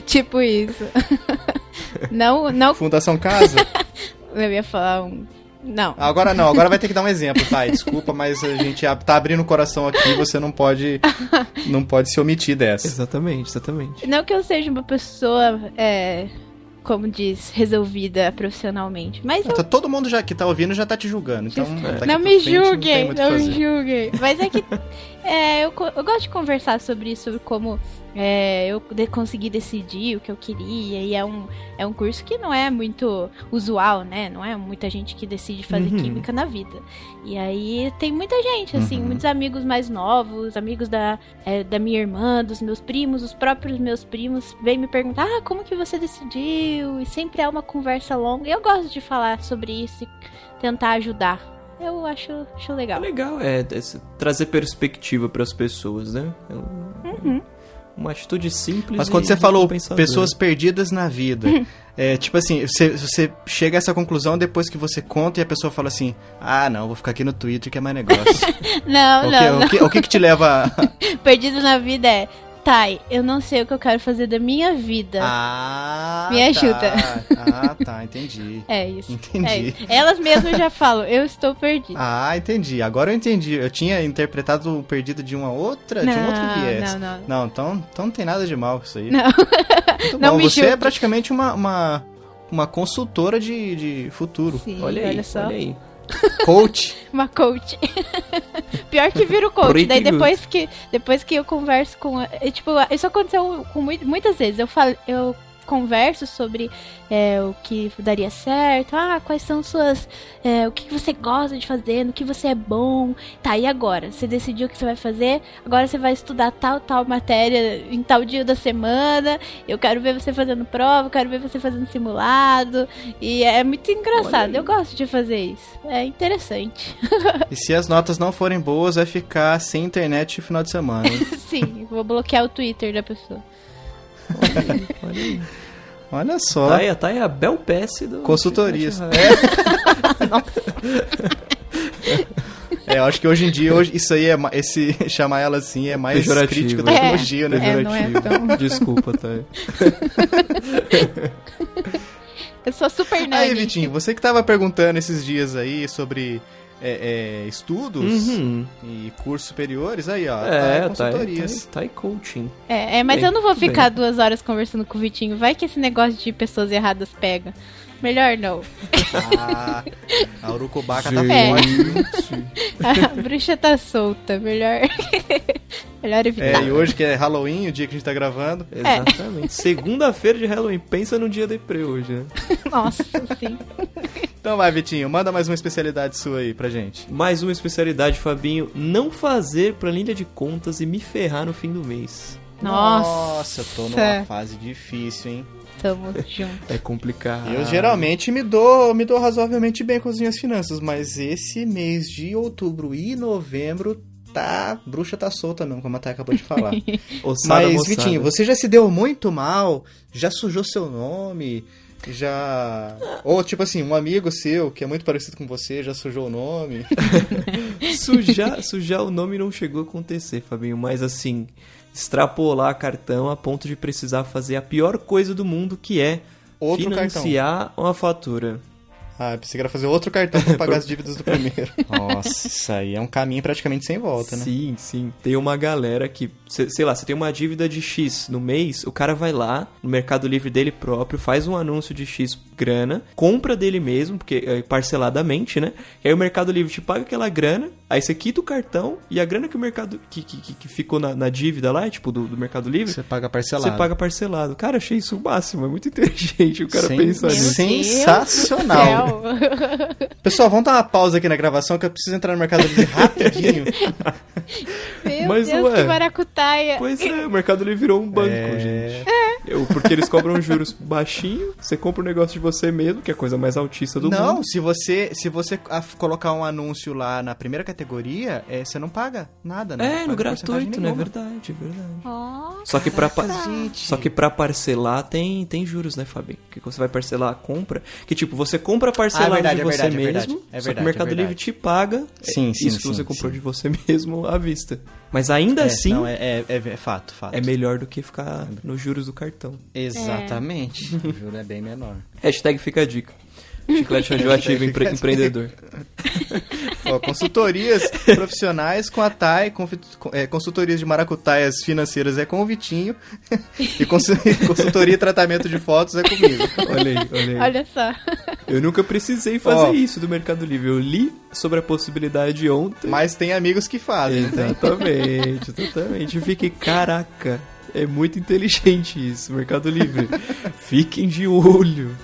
Speaker 3: Tipo isso. Não, não,
Speaker 2: Fundação Casa?
Speaker 3: eu ia falar um... Não.
Speaker 2: Agora não, agora vai ter que dar um exemplo, Thay. Desculpa, mas a gente ab- tá abrindo o coração aqui, você não pode não pode se omitir dessa.
Speaker 4: Exatamente, exatamente.
Speaker 3: Não que eu seja uma pessoa, é, como diz, resolvida profissionalmente, mas eu
Speaker 2: Tá- Todo mundo já que tá ouvindo já tá te julgando, então... daqui pra
Speaker 3: não me
Speaker 2: frente, não tem
Speaker 3: julguem,
Speaker 2: muito o
Speaker 3: não,
Speaker 2: que
Speaker 3: me
Speaker 2: fazer.
Speaker 3: julguem. Mas é que é, eu, co- eu gosto de conversar sobre isso, sobre como É, eu de- consegui decidir o que eu queria e é um, é um curso que não é muito usual, né? Não é muita gente que decide fazer
Speaker 4: Uhum.
Speaker 3: química na vida. E aí tem muita gente, assim,
Speaker 2: Uhum.
Speaker 3: muitos amigos mais novos, amigos da, é, da minha irmã, dos meus primos, os próprios meus primos vêm me perguntar, ah, como que você decidiu? E sempre é uma conversa longa. E eu gosto de falar sobre isso e tentar ajudar. Eu acho, acho
Speaker 4: É
Speaker 3: legal.
Speaker 4: legal, é, é se- trazer perspectiva pras pessoas, né? É um-
Speaker 3: Uhum.
Speaker 4: Uma atitude simples.
Speaker 2: Mas quando
Speaker 4: e
Speaker 2: você falou
Speaker 4: recompensadora.
Speaker 2: pessoas perdidas na vida, é, tipo assim, você, você chega a essa conclusão depois que você conta e a pessoa fala assim: ah, não, vou ficar aqui no Twitter que é mais negócio.
Speaker 3: Não,
Speaker 2: o, que,
Speaker 3: não,
Speaker 2: o
Speaker 3: não.
Speaker 2: que- o que que te leva. a-
Speaker 3: Perdido na vida é, Thay, eu não sei o que eu quero fazer da minha vida.
Speaker 2: Ah,
Speaker 3: Me
Speaker 2: tá.
Speaker 3: ajuda.
Speaker 2: Ah, tá, entendi.
Speaker 3: É isso.
Speaker 2: Entendi.
Speaker 3: é isso. Elas mesmas já falam, eu estou perdida.
Speaker 2: Ah, entendi. Agora eu entendi. Eu tinha interpretado o perdido de uma outra, de um outro viés.
Speaker 3: não, não.
Speaker 2: Não, então, então não tem nada de mal com isso aí.
Speaker 3: Não.
Speaker 2: Muito
Speaker 3: Não
Speaker 2: bom.
Speaker 3: me
Speaker 2: Você
Speaker 3: julgue.
Speaker 2: é praticamente uma, uma, uma consultora de, de futuro.
Speaker 3: Sim,
Speaker 4: Olha aí, olha,
Speaker 3: só.
Speaker 4: aí.
Speaker 2: Coach.
Speaker 3: Uma coach. Pior que vira o coach.
Speaker 4: Pretty
Speaker 3: Daí
Speaker 4: good.
Speaker 3: depois que, depois que eu converso com. é, Tipo, isso aconteceu com mui- muitas vezes. Eu falo. Eu converso sobre é, o que daria certo, ah, quais são suas, é, o que que você gosta de fazer, no que você é bom, tá, e agora? Você decidiu o que você vai fazer, agora você vai estudar tal, tal matéria em tal dia da semana, eu quero ver você fazendo prova, eu quero ver você fazendo simulado, e é muito engraçado,
Speaker 4: aí.
Speaker 3: eu gosto de fazer isso, é interessante.
Speaker 2: E se as notas não forem boas, vai ficar sem internet no final de semana. hein?
Speaker 3: Sim, vou bloquear o Twitter da pessoa.
Speaker 4: Olha aí.
Speaker 2: Olha só.
Speaker 4: Thay, a Thay é a Bel Pesce do.
Speaker 2: Consultorias.
Speaker 4: do-
Speaker 2: É, eu acho que hoje em dia, hoje, isso aí é. ma- Esse chamar ela assim é mais
Speaker 4: Pejorativo,
Speaker 2: crítico do que
Speaker 4: né?
Speaker 3: É,
Speaker 2: elogio, né?
Speaker 3: é, não é tão...
Speaker 4: Desculpa, tá Thay.
Speaker 3: Eu sou super nerd.
Speaker 2: Aí, Vitinho, você que tava perguntando esses dias aí sobre é, é, estudos
Speaker 4: Uhum.
Speaker 2: e cursos superiores, aí, ó.
Speaker 4: É,
Speaker 2: tá,
Speaker 4: Thay,
Speaker 2: consultorias.
Speaker 4: Thay, Thay Coaching.
Speaker 3: É, é, mas
Speaker 4: Bem,
Speaker 3: eu não vou
Speaker 4: tudo
Speaker 3: ficar duas horas conversando com o Vitinho. Vai que esse negócio de pessoas erradas pega. Melhor não.
Speaker 2: Ah, a Urucubaca tá
Speaker 3: É.
Speaker 2: forte.
Speaker 3: A bruxa tá solta. Melhor. Melhor
Speaker 2: É,
Speaker 3: evitar.
Speaker 2: e hoje que é Halloween, o dia que a gente tá gravando.
Speaker 3: É.
Speaker 4: Exatamente. Segunda-feira de Halloween. Pensa num dia deprê hoje, né?
Speaker 3: Nossa, sim.
Speaker 2: Então vai, Vitinho, manda mais uma especialidade sua aí pra gente.
Speaker 4: Mais uma especialidade, Fabinho. Não fazer planilha de contas e me ferrar no fim do mês.
Speaker 3: Nossa.
Speaker 2: Nossa, eu tô numa fase difícil, hein?
Speaker 3: Tamo junto.
Speaker 4: É complicado.
Speaker 2: Eu geralmente me dou, me dou razoavelmente bem com as minhas finanças, mas esse mês de outubro e novembro tá. Bruxa tá solta mesmo, como a Thay acabou de falar.
Speaker 4: Ossada,
Speaker 2: mas,
Speaker 4: moçada.
Speaker 2: Vitinho, você já se deu muito mal, já sujou seu nome, já.
Speaker 4: Ah.
Speaker 2: Ou tipo assim, um amigo seu que é muito parecido com você já sujou o nome.
Speaker 4: Sujar, sujar o nome não chegou a acontecer, Fabinho, mas assim, extrapolar cartão a ponto de precisar fazer a pior coisa do mundo, que é
Speaker 2: Outro
Speaker 4: financiar uma fatura.
Speaker 2: cartão. Ah, pensei que era fazer outro cartão pra pagar as dívidas do primeiro. Nossa, isso aí é um caminho praticamente sem volta, né?
Speaker 4: Sim, sim. Tem uma galera que, cê- sei lá, você tem uma dívida de X no mês, o cara vai lá no Mercado Livre dele próprio, faz um anúncio de X grana, compra dele mesmo, porque é parceladamente, né? E aí o Mercado Livre te paga aquela grana, aí você quita o cartão e a grana que o mercado que, que, que- que ficou na, na dívida lá, tipo do, do Mercado Livre,
Speaker 2: Você tá paga
Speaker 4: Você
Speaker 2: parcelado.
Speaker 4: paga parcelado. Cara, achei isso o máximo. É muito inteligente o cara
Speaker 2: Sen-
Speaker 4: pensar
Speaker 3: Meu
Speaker 4: nisso.
Speaker 2: Sensacional.
Speaker 3: Céu.
Speaker 2: Pessoal, vamos dar uma pausa aqui na gravação que eu preciso entrar no mercado livre rapidinho.
Speaker 3: Meu
Speaker 4: Mas,
Speaker 3: Deus,
Speaker 4: ué.
Speaker 3: que maracutaia.
Speaker 4: Pois é, o Mercado Livre virou um banco,
Speaker 2: É.
Speaker 4: gente. Eu- porque eles cobram juros baixinho, você compra o negócio de você mesmo, que é a coisa mais altista do
Speaker 2: não,
Speaker 4: mundo.
Speaker 2: se você se você a- colocar um anúncio lá na primeira categoria, é, você não paga nada, né?
Speaker 4: É,
Speaker 2: Não
Speaker 4: no
Speaker 2: paga porcentagem
Speaker 4: gratuito, né? É
Speaker 2: nenhuma. Ah,
Speaker 4: verdade, é verdade.
Speaker 3: Ó,
Speaker 4: Só que, pra, pa-
Speaker 2: gente.
Speaker 4: só que pra parcelar tem, tem juros, né, Fabinho? Porque quando você vai parcelar a compra, que tipo, você compra parcelado
Speaker 2: Ah, é verdade,
Speaker 4: de
Speaker 2: é
Speaker 4: você
Speaker 2: verdade, é
Speaker 4: mesmo,
Speaker 2: verdade, é
Speaker 4: só que
Speaker 2: verdade,
Speaker 4: o Mercado
Speaker 2: é verdade.
Speaker 4: Livre te paga
Speaker 2: Sim, sim,
Speaker 4: isso que
Speaker 2: sim,
Speaker 4: você comprou
Speaker 2: sim.
Speaker 4: de você mesmo à vista. Mas ainda assim,
Speaker 2: É, não, é, é- é- é fato, fato.
Speaker 4: É melhor do que ficar nos juros do cartão.
Speaker 2: Exatamente. É. O juro é bem menor.
Speaker 4: Hashtag fica a dica. Chiclete radioativo empre- empreendedor.
Speaker 2: Ó, consultorias profissionais com a Thay, confi- com- é, consultorias de maracutaias financeiras é com o Vitinho e consu- consultoria e tratamento de fotos é comigo.
Speaker 4: Olha aí, olha aí.
Speaker 3: olha só.
Speaker 4: Eu nunca precisei fazer
Speaker 2: Ó.
Speaker 4: isso do Mercado Livre. Eu li sobre a possibilidade ontem.
Speaker 2: Mas tem amigos que fazem, então.
Speaker 4: Exatamente, exatamente. Eu fiquei, caraca, É muito inteligente isso, Mercado Livre. Fiquem de olho.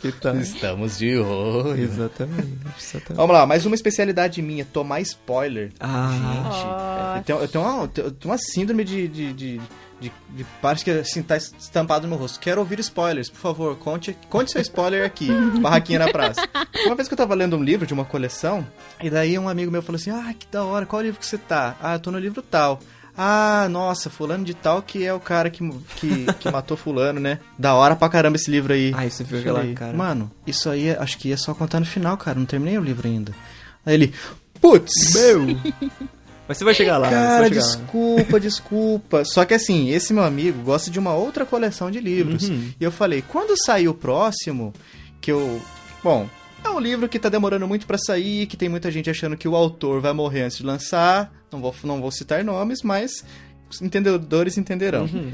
Speaker 4: Que tá.
Speaker 8: Estamos de olho.
Speaker 4: Exatamente, exatamente.
Speaker 8: Vamos lá, mais uma especialidade minha, tomar spoiler.
Speaker 4: Ah,
Speaker 3: Ó,
Speaker 8: Gente,
Speaker 3: Nossa.
Speaker 8: então,
Speaker 2: Eu tenho uma, eu tenho uma síndrome de, de, de, de, de parte que assim, tá estampado no meu rosto. Quero ouvir spoilers, por favor, conte, conte seu spoiler aqui. Barraquinha na praça.
Speaker 8: uma vez que eu tava lendo um livro de uma coleção,
Speaker 2: E daí um amigo meu falou assim: Ah, que da hora, qual livro que você tá? Ah, eu tô no livro tal. Ah, nossa, fulano de tal que é o cara que, que, que matou fulano, né? Da hora pra caramba esse livro aí.
Speaker 4: Aí você viu
Speaker 2: Eu
Speaker 4: aquela
Speaker 2: falei,
Speaker 4: cara.
Speaker 2: Mano, isso aí é- acho que ia só contar no final, cara. Não terminei o livro ainda. Aí ele. Putz! Meu!
Speaker 4: Mas você vai chegar lá,
Speaker 2: Cara,
Speaker 4: você vai chegar lá.
Speaker 2: desculpa, desculpa. Só que assim, esse meu amigo gosta de uma outra coleção de livros.
Speaker 4: Uhum.
Speaker 2: E eu falei, quando sair o próximo, que eu. Bom, é um livro que tá demorando muito pra sair, que tem muita gente achando que o autor vai morrer antes de lançar. Não vou, não vou citar nomes, mas os entendedores entenderão.
Speaker 4: Uhum.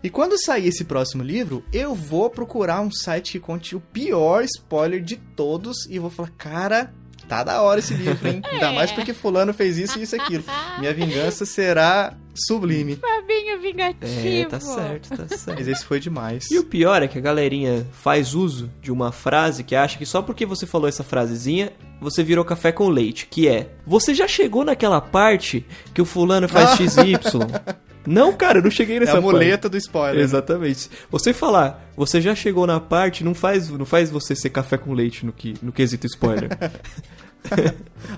Speaker 2: E quando sair esse próximo livro, eu vou procurar um site que conte o pior spoiler de todos e vou falar, cara, tá da hora esse livro, hein? Ainda
Speaker 3: É.
Speaker 2: mais porque fulano fez isso e isso e aquilo. Minha vingança será sublime.
Speaker 3: Fabinho vingativo.
Speaker 4: É, tá certo, tá certo.
Speaker 2: Mas esse foi demais.
Speaker 4: E o pior é que a galerinha faz uso de uma frase que acha que só porque você falou essa frasezinha, você virou café com leite, que é: Você já chegou naquela parte que o fulano faz XY? não, cara, eu não cheguei
Speaker 2: Ah." É
Speaker 4: nessa
Speaker 2: a
Speaker 4: parte.
Speaker 2: muleta né? do spoiler.
Speaker 4: Exatamente. Você falar, você já chegou na parte, não faz, não faz você ser café com leite no que no quesito spoiler.
Speaker 2: É.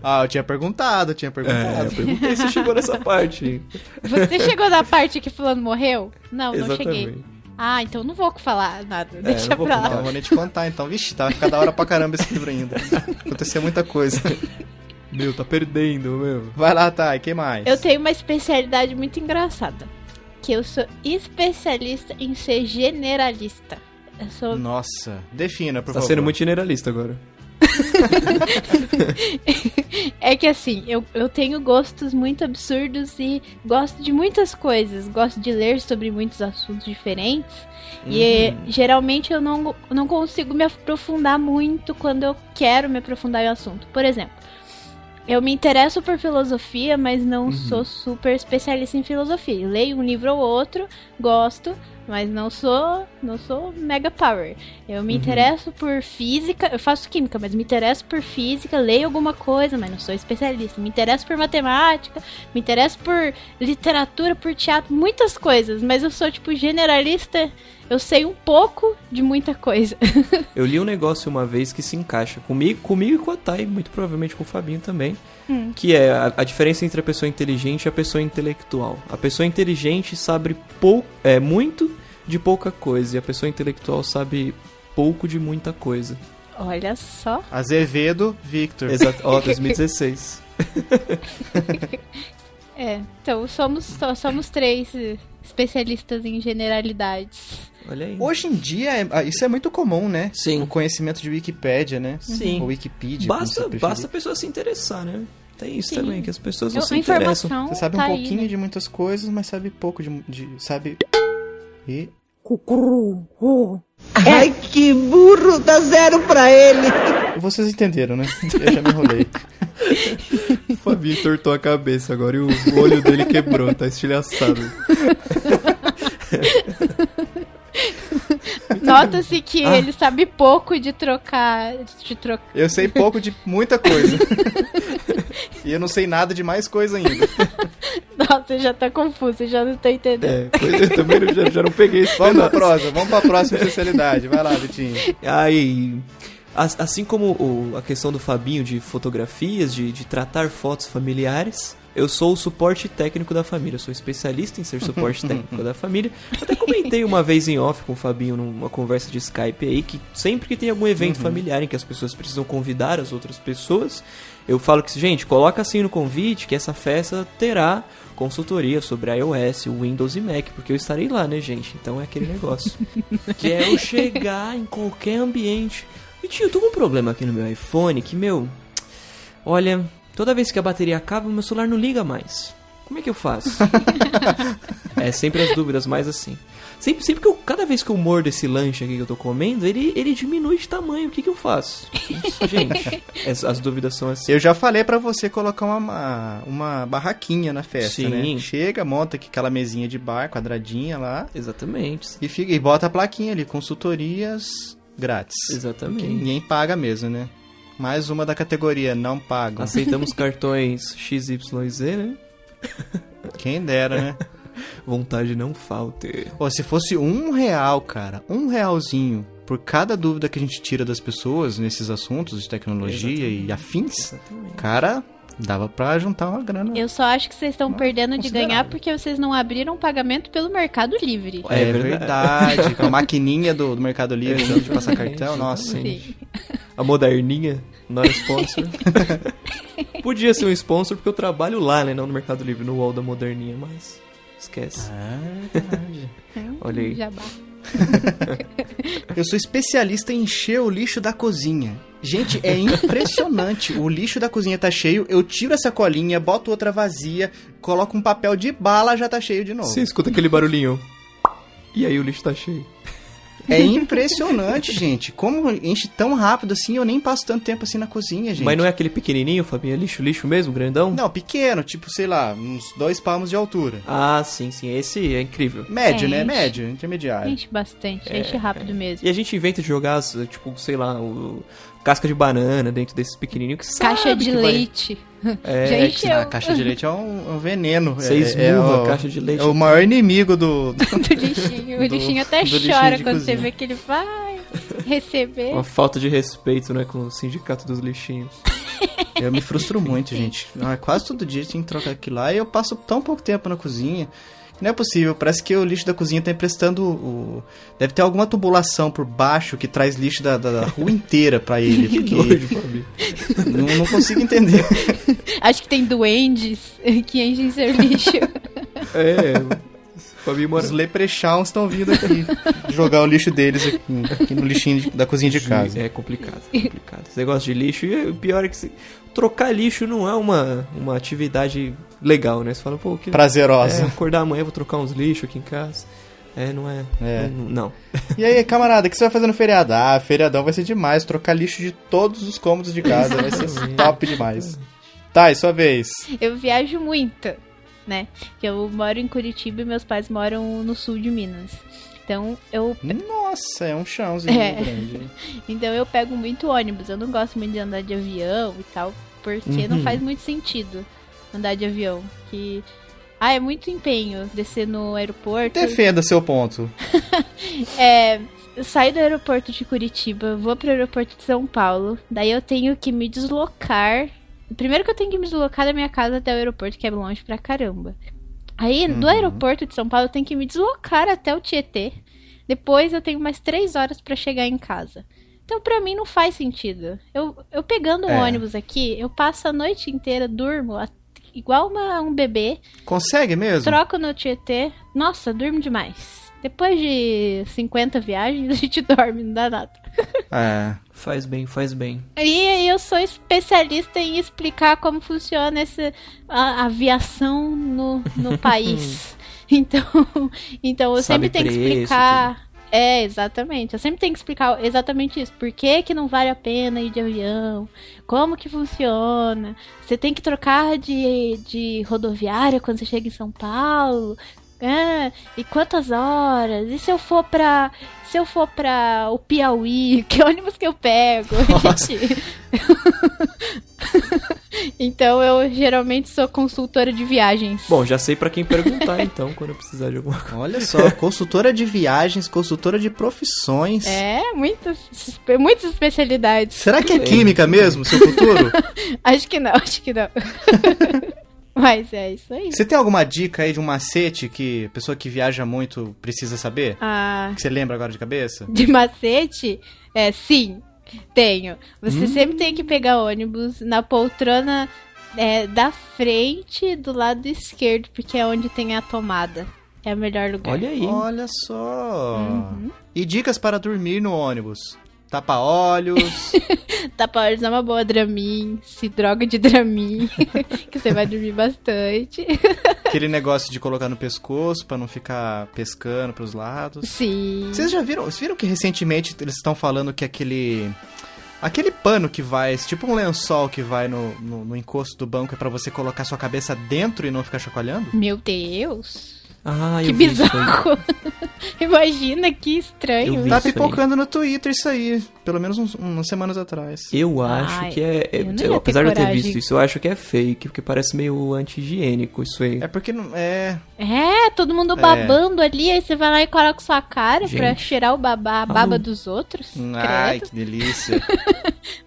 Speaker 2: Ah, eu tinha perguntado, eu tinha
Speaker 4: é, eu
Speaker 2: perguntado.
Speaker 4: perguntei se chegou nessa parte.
Speaker 3: Você chegou na parte que fulano morreu? Não, não cheguei.
Speaker 4: Exatamente.
Speaker 3: Ah, então não vou falar nada. Deixa
Speaker 4: É, não vou
Speaker 3: pra
Speaker 2: Não,
Speaker 3: lá.
Speaker 2: eu vou nem te contar, então. Vixe, tá ficar da hora pra caramba esse livro ainda. Aconteceu muita coisa.
Speaker 4: Meu, tá perdendo, meu.
Speaker 2: Vai lá, Thay, quem mais?
Speaker 3: Eu tenho uma especialidade muito engraçada. Que eu sou especialista em ser generalista. Eu sou
Speaker 2: Nossa, defina, por
Speaker 4: Tá
Speaker 2: favor.
Speaker 4: sendo muito generalista agora.
Speaker 3: É que assim, eu, eu tenho gostos muito absurdos e gosto de muitas coisas. Gosto de ler sobre muitos assuntos diferentes. E eh, geralmente eu não, não consigo me aprofundar muito quando eu quero me aprofundar em um assunto. Por exemplo, eu me interesso por filosofia, mas não sou super especialista em filosofia. Leio um livro ou outro, gosto, mas não sou, não sou mega power. Eu
Speaker 2: Uhum.
Speaker 3: me interesso por física, eu faço química, mas me interesso por física, leio alguma coisa, mas não sou especialista. Me interesso por matemática, me interesso por literatura, por teatro, muitas coisas, mas eu sou tipo generalista, eu sei um pouco de muita coisa.
Speaker 4: Eu li um negócio uma vez que se encaixa comigo, comigo e com a Thay, muito provavelmente com o Fabinho também.
Speaker 3: Hum.
Speaker 4: Que é a, a diferença entre a pessoa inteligente e a pessoa intelectual. A pessoa inteligente sabe pou, é, muito de pouca coisa, e a pessoa intelectual sabe pouco de muita coisa.
Speaker 3: Olha só.
Speaker 2: Azevedo Victor.
Speaker 4: Exato. Ó, 2016.
Speaker 3: É, então somos so- somos três eh, especialistas em generalidades.
Speaker 4: Olha aí.
Speaker 2: Hoje em dia, é- ah, isso é muito comum, né?
Speaker 4: Sim.
Speaker 2: O conhecimento de Wikipédia, né?
Speaker 4: Sim.
Speaker 2: Ou Wikipedia. como você
Speaker 4: Basta,
Speaker 2: preferir.
Speaker 4: basta a pessoa se interessar, né? Tem isso
Speaker 3: Sim.
Speaker 4: também, que as pessoas não
Speaker 3: Eu-
Speaker 4: se
Speaker 3: a
Speaker 4: interessam.
Speaker 3: informação
Speaker 2: Você sabe
Speaker 3: tá
Speaker 2: um
Speaker 3: aí,
Speaker 2: pouquinho
Speaker 3: né?
Speaker 2: de muitas coisas, mas sabe pouco de. de- sabe. E.
Speaker 7: Ai, que burro, dá zero pra ele.
Speaker 2: Vocês entenderam, né? Eu já me enrolei.
Speaker 4: O Fabinho tortou a cabeça agora e o olho dele quebrou, tá estilhaçado.
Speaker 3: Nota-se que
Speaker 4: Ah.
Speaker 3: ele sabe pouco de trocar, de trocar
Speaker 2: Eu sei pouco de muita coisa. e eu não sei nada de mais coisa ainda.
Speaker 3: Nossa, eu já tá confuso, eu já não tô entendendo.
Speaker 4: É, pois eu também não- já, já não peguei esse
Speaker 2: Vamos pra
Speaker 4: pedaço.
Speaker 2: próxima, vamos pra próxima especialidade. Vai lá, Vitinho.
Speaker 4: Ai, as- assim como o- a questão do Fabinho de fotografias, de, de tratar fotos familiares, eu sou o suporte técnico da família. Eu sou especialista em ser suporte técnico da família. Até comentei uma vez em off com o Fabinho numa conversa de Skype aí que sempre que tem algum evento familiar em que as pessoas precisam convidar as outras pessoas, eu falo que, gente, coloca assim no convite que essa festa terá consultoria sobre iOS, Windows e Mac, porque eu estarei lá, né, gente? Então é aquele negócio. que é eu chegar em qualquer ambiente. E tio, eu tô com um problema aqui no meu iPhone que, meu. Olha, toda vez que a bateria acaba, meu celular não liga mais. Como é que eu faço? é sempre as dúvidas mais assim. Sempre, sempre que eu. Cada vez que eu mordo esse lanche aqui que eu tô comendo, ele, ele diminui de tamanho. O que, que eu faço? Isso, gente, as, as dúvidas são assim.
Speaker 2: Eu já falei pra você colocar uma, uma barraquinha na festa,
Speaker 4: Sim.
Speaker 2: né? Chega, monta aqui aquela mesinha de bar, quadradinha lá,
Speaker 4: Exatamente.
Speaker 2: e, fica, e bota a plaquinha ali, consultorias grátis.
Speaker 4: Exatamente.
Speaker 2: Que Ninguém paga mesmo, né? Mais uma da categoria, não pagam.
Speaker 4: Aceitamos cartões XYZ, né?
Speaker 2: Quem dera, né?
Speaker 4: Vontade não falte.
Speaker 2: Pô, se fosse um real, cara, um realzinho por cada dúvida que a gente tira das pessoas nesses assuntos de tecnologia e afins, cara, dava pra juntar uma grana.
Speaker 3: Eu só acho que vocês estão perdendo de
Speaker 2: considerável.
Speaker 3: ganhar porque vocês não abriram pagamento pelo Mercado Livre.
Speaker 2: É,
Speaker 4: É
Speaker 2: verdade. Com a maquininha do, do Mercado Livre
Speaker 4: Exatamente,
Speaker 2: de passar cartão, nossa.
Speaker 4: exatamente.
Speaker 3: Sim.
Speaker 4: A moderninha, não é sponsor. Podia ser um sponsor porque eu trabalho lá, né? Não no Mercado Livre, no UOL da moderninha, mas esquece.
Speaker 2: Ah.
Speaker 4: Olha aí.
Speaker 3: Jabá.
Speaker 2: Eu sou especialista em encher o lixo da cozinha. Gente, é impressionante. o lixo da cozinha tá cheio, eu tiro essa colinha, boto outra vazia, coloco um papel de bala, já tá cheio de novo.
Speaker 4: Você escuta aquele barulhinho. E aí o lixo tá cheio.
Speaker 2: É impressionante, gente. Como enche tão rápido assim, eu nem passo tanto tempo assim na cozinha, gente.
Speaker 4: Mas não é aquele pequenininho, Fabinho? É lixo, lixo mesmo, grandão?
Speaker 2: Não, pequeno, tipo, sei lá, uns dois palmos de altura.
Speaker 4: Ah, sim, sim. Esse é incrível.
Speaker 2: Médio,
Speaker 3: É,
Speaker 2: né?
Speaker 3: enche.
Speaker 2: Médio, intermediário.
Speaker 3: Enche bastante, enche rápido mesmo.
Speaker 4: É. E a gente inventa de jogar, as, tipo, sei lá, o... casca de banana dentro desses pequenininhos que sabe
Speaker 3: Caixa de
Speaker 4: que vai-
Speaker 3: leite. Já
Speaker 4: É, que-
Speaker 2: Ah, a
Speaker 3: encheu
Speaker 2: caixa de leite é um, um veneno.
Speaker 4: Você
Speaker 2: é,
Speaker 4: esmurra
Speaker 2: é o,
Speaker 4: a caixa de leite.
Speaker 2: É o maior inimigo do. do-
Speaker 3: do lixinho. O
Speaker 2: Do-
Speaker 3: lixinho
Speaker 2: do
Speaker 3: até
Speaker 2: lixinho
Speaker 3: chora
Speaker 2: de
Speaker 3: quando você
Speaker 2: cozinha.
Speaker 3: vê que ele vai receber.
Speaker 4: Uma falta de respeito, né, com o sindicato dos lixinhos.
Speaker 2: Eu me frustro muito, gente. Ah, quase todo dia tem que trocar aquilo lá e eu passo tão pouco tempo na cozinha. que Não é possível, parece que o lixo da cozinha tá emprestando o. Deve ter alguma tubulação por baixo que traz lixo da, da- da rua inteira pra ele.
Speaker 4: Que
Speaker 2: Porque
Speaker 4: nojo, Fabinho.
Speaker 2: não, não consigo entender.
Speaker 3: Acho que tem duendes que enchem seu lixo.
Speaker 4: É, o Fabinho mora...
Speaker 2: Os leprechauns estão vindo aqui jogar o lixo deles aqui, aqui no lixinho de- da cozinha de casa.
Speaker 4: É complicado, é complicado. Esse negócio de lixo, e o pior é que se- trocar lixo não é uma, uma atividade legal, né? Você fala, pô, que... É,
Speaker 2: Prazerosa.
Speaker 4: acordar amanhã, vou trocar uns lixos aqui em casa. É, não é...
Speaker 2: É.
Speaker 4: Não, não.
Speaker 2: E aí, camarada, o que você vai fazer no feriado? Ah, feriadão vai ser demais. Trocar lixo de todos os cômodos de casa vai ser top demais. Tá, e sua vez.
Speaker 3: Eu viajo muito, né? Que eu moro em Curitiba e meus pais moram no sul de Minas. Então eu,
Speaker 2: Nossa, é um chãozinho
Speaker 3: É.
Speaker 2: grande.
Speaker 3: então eu pego muito ônibus. Eu não gosto muito de andar de avião e tal, porque não faz muito sentido andar de avião. Que ah, é muito empenho descer no aeroporto.
Speaker 2: Defenda seu ponto.
Speaker 3: É, eu saio do aeroporto de Curitiba, vou pro aeroporto de São Paulo, daí eu tenho que me deslocar. Primeiro que eu tenho que me deslocar da minha casa até o aeroporto, que é longe pra caramba. Aí, do aeroporto de São Paulo, eu tenho que me deslocar até o Tietê. Depois eu tenho mais três horas pra chegar em casa. Então, pra mim, não faz sentido. Eu, eu pegando um
Speaker 2: É.
Speaker 3: ônibus aqui, eu passo a noite inteira, durmo, a- igual uma- um bebê,
Speaker 2: Consegue mesmo?
Speaker 3: Troco no Tietê. Nossa, durmo demais. Depois de 50 viagens, a gente dorme, não dá nada.
Speaker 2: É.
Speaker 4: Faz bem, faz bem.
Speaker 3: E aí eu sou especialista em explicar como funciona essa a- aviação no, no país. Então, então eu
Speaker 4: Sabe
Speaker 3: sempre tenho que
Speaker 4: preço,
Speaker 3: explicar. É, exatamente. Eu sempre tenho que explicar exatamente isso. Por que, que não vale a pena ir de avião? Como que funciona? Você tem que trocar de, de rodoviária quando você chega em São Paulo? É, e quantas horas? E se eu for pra. Se eu for pra o Piauí, que ônibus que eu pego? Gente. então eu geralmente sou consultora de viagens.
Speaker 4: Bom, já sei pra quem perguntar, então, quando eu precisar de alguma coisa.
Speaker 2: Olha só, consultora de viagens, consultora de profissões.
Speaker 3: É, muitas, muitas especialidades.
Speaker 2: Será que é química mesmo, seu futuro?
Speaker 3: Acho que não, acho que não. Mas é isso aí.
Speaker 2: Você tem alguma dica aí de um macete que a pessoa que viaja muito precisa saber?
Speaker 3: Ah,
Speaker 2: Que você lembra agora de cabeça?
Speaker 3: de macete? É, sim, tenho. Você
Speaker 4: Hum.
Speaker 3: sempre tem que pegar ônibus na poltrona é, da frente do lado esquerdo, porque é onde tem a tomada. É o melhor lugar.
Speaker 4: Olha aí.
Speaker 2: Olha só.
Speaker 3: Uhum.
Speaker 2: E dicas para dormir no ônibus. Tapa-olhos.
Speaker 3: Tapa-olhos é uma boa, Dramin. Se droga de Dramin, que você vai dormir bastante.
Speaker 2: aquele negócio de colocar no pescoço pra não ficar pescando pros lados.
Speaker 3: Sim.
Speaker 2: Vocês já viram? Vocês viram que recentemente eles estão falando que aquele. Aquele pano que vai, tipo um lençol que vai no, no, no encosto do banco é pra você colocar sua cabeça dentro e não ficar chacoalhando?
Speaker 3: Meu Deus.
Speaker 4: Ah,
Speaker 3: que
Speaker 4: eu vi isso aí.
Speaker 3: bizarro. Imagina, que estranho.
Speaker 4: Eu vi
Speaker 2: Tá
Speaker 4: isso aí.
Speaker 2: pipocando no Twitter isso aí, pelo menos uns- umas semanas atrás.
Speaker 4: Eu acho
Speaker 3: Ai,
Speaker 4: que é. é-
Speaker 3: eu não
Speaker 4: sei
Speaker 3: ia
Speaker 4: lá,
Speaker 3: ter
Speaker 4: apesar de eu ter
Speaker 3: coragem.
Speaker 4: visto isso, eu acho que é fake, porque parece meio anti-higiênico isso aí.
Speaker 2: É porque não. É.
Speaker 3: É, todo mundo babando ali, aí você vai lá e coloca sua cara pra
Speaker 4: Gente.
Speaker 3: cheirar o babá, a baba dos outros.
Speaker 2: Ai,
Speaker 3: Credo.
Speaker 2: que delícia.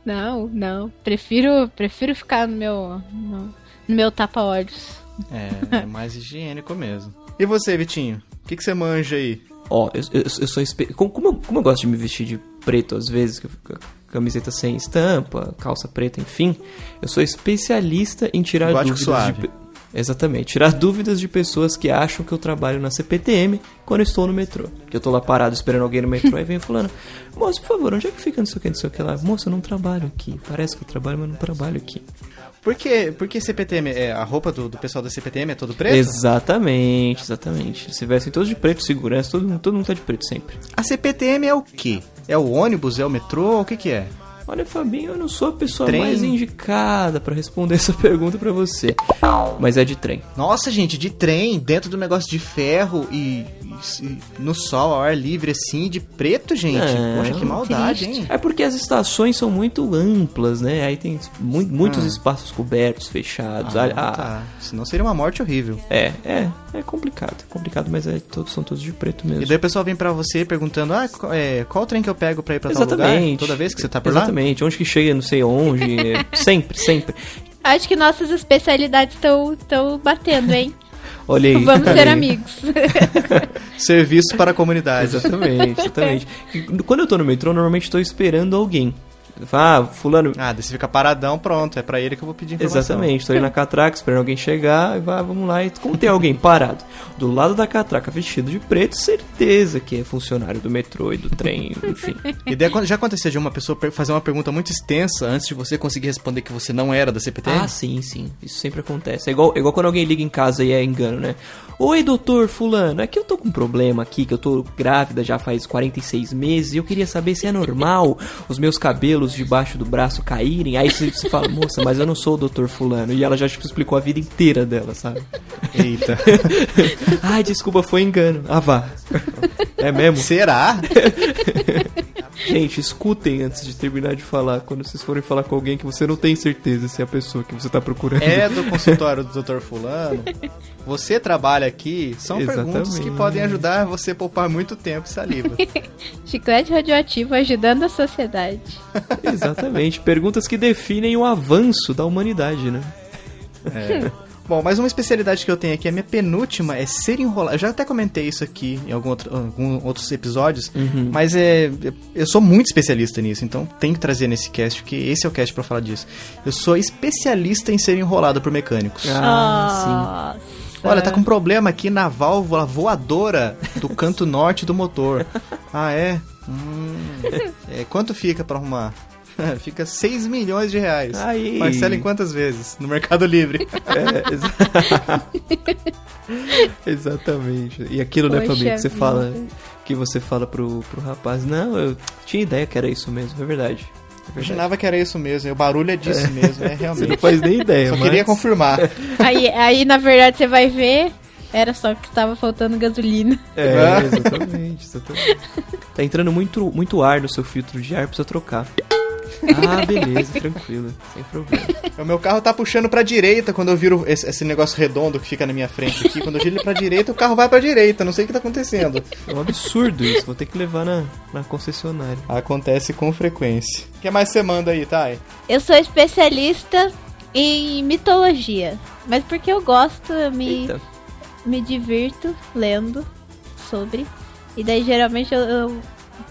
Speaker 3: Não, não. Prefiro, prefiro ficar no meu, no, no meu tapa-olhos.
Speaker 2: É, é mais higiênico mesmo. E você, Vitinho? O que, que você manja aí?
Speaker 4: Ó, eu, eu, eu sou. espe- Como, como eu, como eu gosto de me vestir de preto às vezes, que eu fico com a camiseta sem estampa, calça preta, enfim, eu sou especialista em tirar
Speaker 2: Gótico
Speaker 4: dúvidas
Speaker 2: suave.
Speaker 4: de. pe- Exatamente, tirar dúvidas de pessoas que acham que eu trabalho na CPTM quando eu estou no metrô. Que eu tô lá parado esperando alguém no metrô e vem fulano, moço, por favor, onde é que fica não sei o que, não sei o que lá? Moço, eu não trabalho aqui. Parece que eu trabalho, mas eu não trabalho aqui.
Speaker 2: Por que, por que CPTM? É, a roupa do, do pessoal da CPTM é todo preto?
Speaker 4: Exatamente, exatamente. Eles se vestem todos de preto, segurança, todo mundo, todo mundo tá de preto sempre.
Speaker 2: A CPTM é o quê? É o ônibus? É o metrô? O que que é?
Speaker 4: Olha, Fabinho, eu não sou a pessoa
Speaker 2: Trem.
Speaker 4: mais indicada pra responder essa pergunta pra você. Mas é de trem.
Speaker 2: Nossa, gente, de trem, dentro do negócio de ferro e, e- e no sol, ao ar livre, assim, de preto, gente.
Speaker 4: É.
Speaker 2: Poxa, que maldade, hein?
Speaker 4: É porque as estações são muito amplas, né? Aí tem mu- muitos espaços cobertos, fechados. Ah, ah,
Speaker 2: Ah. tá. Senão seria uma morte horrível.
Speaker 4: É, é, é complicado. É complicado, mas é, todos, são todos de preto mesmo.
Speaker 2: E daí o pessoal vem pra você perguntando, ah, qual, é, qual trem que eu pego pra ir pra tal lugar?
Speaker 4: Exatamente.
Speaker 2: Toda vez que você tá por lá?
Speaker 4: Exatamente. Onde que chega, não sei onde. é, sempre, sempre.
Speaker 3: Acho que nossas especialidades estão batendo, hein?
Speaker 4: Olha aí.
Speaker 3: Vamos
Speaker 4: olha
Speaker 3: ser
Speaker 4: aí.
Speaker 3: amigos.
Speaker 2: Serviço para a comunidade.
Speaker 4: Exatamente, exatamente. E Quando eu tô no metrô, normalmente tô esperando alguém. Ah, fulano,
Speaker 2: Ah, daí você fica paradão, pronto. É pra ele que eu vou pedir informação.
Speaker 4: Exatamente, tô ali na catraca esperando alguém chegar e vai, vamos lá. E como tem alguém parado do lado da catraca vestido de preto, certeza que é funcionário do metrô e do trem, enfim.
Speaker 2: E daí quando- já aconteceu de uma pessoa per- fazer uma pergunta muito extensa antes de você conseguir responder que você não era da CPTM?
Speaker 4: Ah, sim, sim, isso sempre acontece. É igual, é igual quando alguém liga em casa e é engano, né? Oi, doutor Fulano, é que eu tô com um problema aqui, que eu tô grávida já faz 46 meses e eu queria saber se é normal os meus cabelos debaixo do braço caírem. Aí você, você fala, moça, mas eu não sou o doutor Fulano. E ela já tipo, explicou a vida inteira dela, sabe?
Speaker 2: Eita.
Speaker 4: Ai, desculpa, foi engano. Ah, vá. É mesmo?
Speaker 2: Será?
Speaker 4: Gente, escutem antes de terminar de falar. Quando vocês forem falar com alguém que você não tem certeza se é a pessoa que você tá procurando.
Speaker 2: É do consultório do Dr. Fulano? Você trabalha aqui? São perguntas que
Speaker 4: Exatamente.
Speaker 2: podem ajudar você a poupar muito tempo e saliva.
Speaker 3: Chiclete radioativo ajudando a sociedade.
Speaker 4: Exatamente. Perguntas que definem o avanço da humanidade, né?
Speaker 2: Bom, mas uma especialidade que eu tenho aqui, a minha penúltima, é ser enrolado. Eu já até comentei isso aqui em algum outro- algum outros episódios, mas é, eu sou muito especialista nisso, então tem que trazer nesse cast, porque esse é o cast pra falar disso. Eu sou especialista em ser enrolado por mecânicos.
Speaker 3: Ah,
Speaker 2: Olha, tá com um problema aqui na válvula voadora do canto norte do motor. Ah, é? Hum. É, quanto fica pra arrumar? fica 6 milhões de reais.
Speaker 4: Aí.
Speaker 2: Marcela em quantas vezes? No Mercado Livre.
Speaker 4: É, exa- Exatamente. E aquilo, né,
Speaker 3: Poxa
Speaker 4: família, que você
Speaker 3: vida.
Speaker 4: fala. Que você fala pro, pro rapaz, não, eu tinha ideia que era isso mesmo, é verdade. É verdade.
Speaker 2: Imaginava que era isso mesmo. e O barulho é disso mesmo, é
Speaker 4: Você não
Speaker 2: realmente.
Speaker 4: faz nem ideia,
Speaker 2: Só
Speaker 4: mas-
Speaker 2: queria confirmar.
Speaker 3: Aí, aí, na verdade, você vai ver, era só que estava faltando gasolina.
Speaker 2: Ah.
Speaker 4: É, exatamente, exatamente. Tá entrando muito, muito ar no seu filtro de ar, precisa trocar. Ah, beleza, tranquilo, sem problema.
Speaker 2: O meu carro tá puxando pra direita quando eu viro esse, esse negócio redondo que fica na minha frente aqui. Quando eu giro ele pra direita, o carro vai pra direita. Não sei o que tá acontecendo.
Speaker 4: É um absurdo isso, vou ter que levar na, na concessionária.
Speaker 2: Acontece com frequência. O que mais você manda aí, Thay?
Speaker 3: Eu sou especialista em mitologia, mas porque eu gosto, eu me,
Speaker 4: Eita.
Speaker 3: me divirto lendo sobre. E daí, geralmente, eu, eu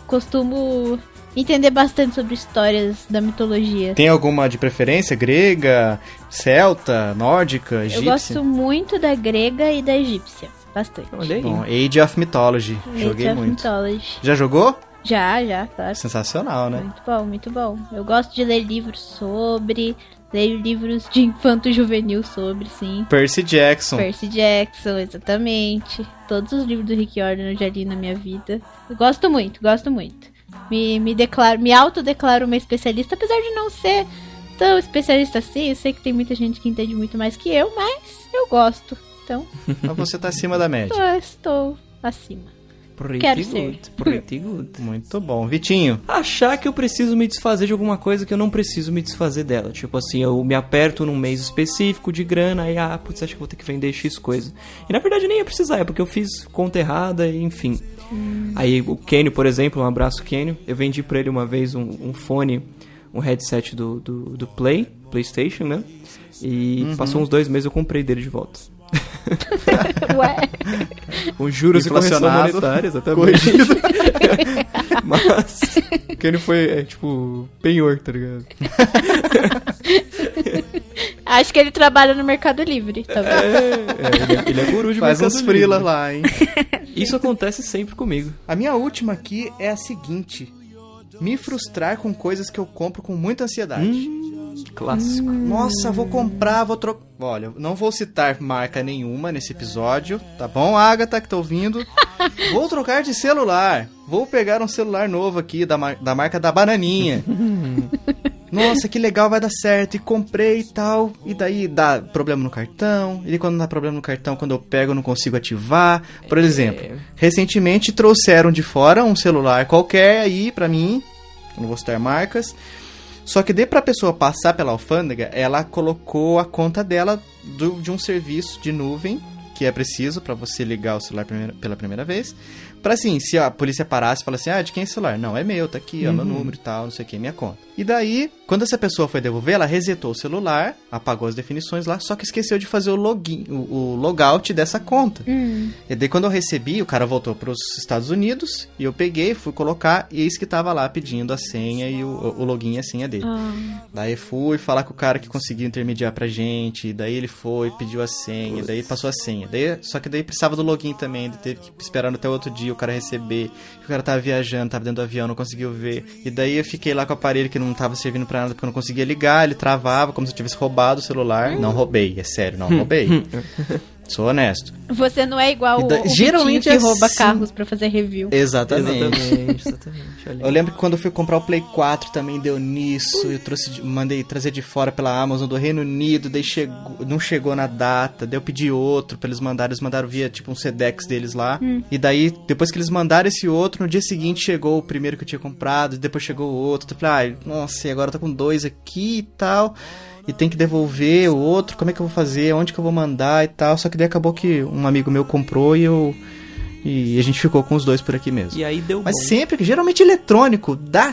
Speaker 3: costumo entender bastante sobre histórias da mitologia.
Speaker 2: Tem alguma de preferência? Grega, celta, nórdica,
Speaker 3: Eu
Speaker 2: egípcia?
Speaker 3: gosto muito da grega e da egípcia, bastante.
Speaker 4: Olha aí.
Speaker 2: Bom, Age of Mythology. Joguei
Speaker 3: Age of
Speaker 2: muito.
Speaker 3: Mythology.
Speaker 2: Já jogou?
Speaker 3: Já, já, claro.
Speaker 2: Sensacional, né?
Speaker 3: Muito bom, muito bom. Eu gosto de ler livros sobre, leio livros de infanto juvenil sobre, sim.
Speaker 2: Percy Jackson.
Speaker 3: Percy Jackson, exatamente. Todos os livros do Rick Jordan eu já li na minha vida. Eu gosto muito, gosto muito. Me, me declaro, me autodeclaro uma especialista, apesar de não ser tão especialista assim. Eu sei que tem muita gente que entende muito mais que eu, mas eu gosto. Então,
Speaker 2: Mas você tá acima da média.
Speaker 3: eu estou acima.
Speaker 4: Pretty
Speaker 3: Quero
Speaker 4: good,
Speaker 3: ser.
Speaker 4: pretty good.
Speaker 2: Muito bom. Vitinho,
Speaker 4: Achar que eu preciso me desfazer de alguma coisa que eu não preciso me desfazer dela. Tipo assim, eu me aperto num mês específico de grana aí, ah, putz, acho que vou ter que vender X coisa. E na verdade nem ia precisar, é porque eu fiz conta errada, enfim.
Speaker 3: Hum.
Speaker 4: Aí o Kenio, por exemplo, um abraço Kenio, eu vendi pra ele uma vez um, um fone, um headset do, do, do Play, Playstation, né? E passou uns dois meses eu comprei dele de volta.
Speaker 3: Ué,
Speaker 4: Com juros e correção
Speaker 2: Inflacionado.
Speaker 4: monetária, exatamente. Mas o Kenny foi, é, tipo, penhor, tá ligado?
Speaker 3: acho que ele trabalha no Mercado Livre, tá vendo?
Speaker 4: É, é, ele, é- ele é guru de
Speaker 2: faz
Speaker 4: Mercado
Speaker 2: uns frila
Speaker 4: Livre.
Speaker 2: lá, hein?
Speaker 4: Isso acontece sempre comigo.
Speaker 2: A minha última aqui é a seguinte: me frustrar com coisas que eu compro com muita
Speaker 4: Hum.
Speaker 2: ansiedade.
Speaker 4: Clássico.
Speaker 2: Nossa, vou comprar, vou trocar. Olha, não vou citar marca nenhuma nesse episódio, tá bom, Agatha, que tá ouvindo? vou trocar de celular. Vou pegar um celular novo aqui, da, mar- da marca da Bananinha. Nossa, que legal, vai dar certo. E comprei e tal. E daí dá problema no cartão. E quando dá problema no cartão, quando eu pego, eu não consigo ativar. Por exemplo, recentemente trouxeram de fora um celular qualquer aí pra mim. Eu não vou citar marcas. Só que dê pra pessoa passar pela alfândega, ela colocou a conta dela do- de um serviço de nuvem que é preciso pra você ligar o celular primeira- pela primeira vez. Pra assim, se a polícia parasse e falasse, ah, de quem é esse celular? Não, é meu, tá aqui, ó, meu número e tal, não sei o que, minha conta. E daí, quando essa pessoa foi devolver, ela resetou o celular, apagou as definições lá, só que esqueceu de fazer o login, o, o logout dessa conta.
Speaker 3: Hum,
Speaker 2: E daí quando eu recebi, o cara voltou para os Estados Unidos e eu peguei, fui colocar e eis que tava lá pedindo a senha e o, o login e a senha dele.
Speaker 3: ah,
Speaker 2: Daí fui falar com o cara que conseguiu intermediar pra gente, daí ele foi, pediu a senha, daí passou a senha. Daí, só que daí precisava do login também, daí teve que esperar até outro dia o cara receber. O cara tava viajando, tava dentro do avião, não conseguiu ver. E daí eu fiquei lá com o aparelho que não tava servindo pra nada, porque eu não conseguia ligar, ele travava como se eu tivesse roubado o celular. Não roubei, é sério, não roubei. Sou honesto.
Speaker 3: Você não é igual
Speaker 2: E
Speaker 3: o,
Speaker 2: da-
Speaker 3: o
Speaker 2: geralmente
Speaker 3: geralmente que
Speaker 2: é
Speaker 3: rouba
Speaker 2: assim. É
Speaker 3: carros pra fazer review.
Speaker 2: Exatamente.
Speaker 4: Exatamente, exatamente. Olha.
Speaker 2: Eu lembro que quando eu fui comprar o Play 4 também deu nisso. Eu trouxe, de- mandei trazer de fora pela Amazon do Reino Unido, daí chegou, não chegou na data. Daí eu pedi outro pra eles mandarem. Eles mandaram via tipo um Sedex deles lá. E daí, depois que eles mandaram esse outro, no dia seguinte chegou o primeiro que eu tinha comprado, e depois chegou o outro. Eu falei, ah, nossa, e agora eu tô com dois aqui e tal. E tem que devolver o outro, como é que eu vou fazer? Onde que eu vou mandar e tal. Só que daí acabou que um amigo meu comprou e eu. E a gente ficou com os dois por aqui mesmo.
Speaker 4: E aí deu
Speaker 2: Mas
Speaker 4: bom.
Speaker 2: sempre, geralmente eletrônico, dá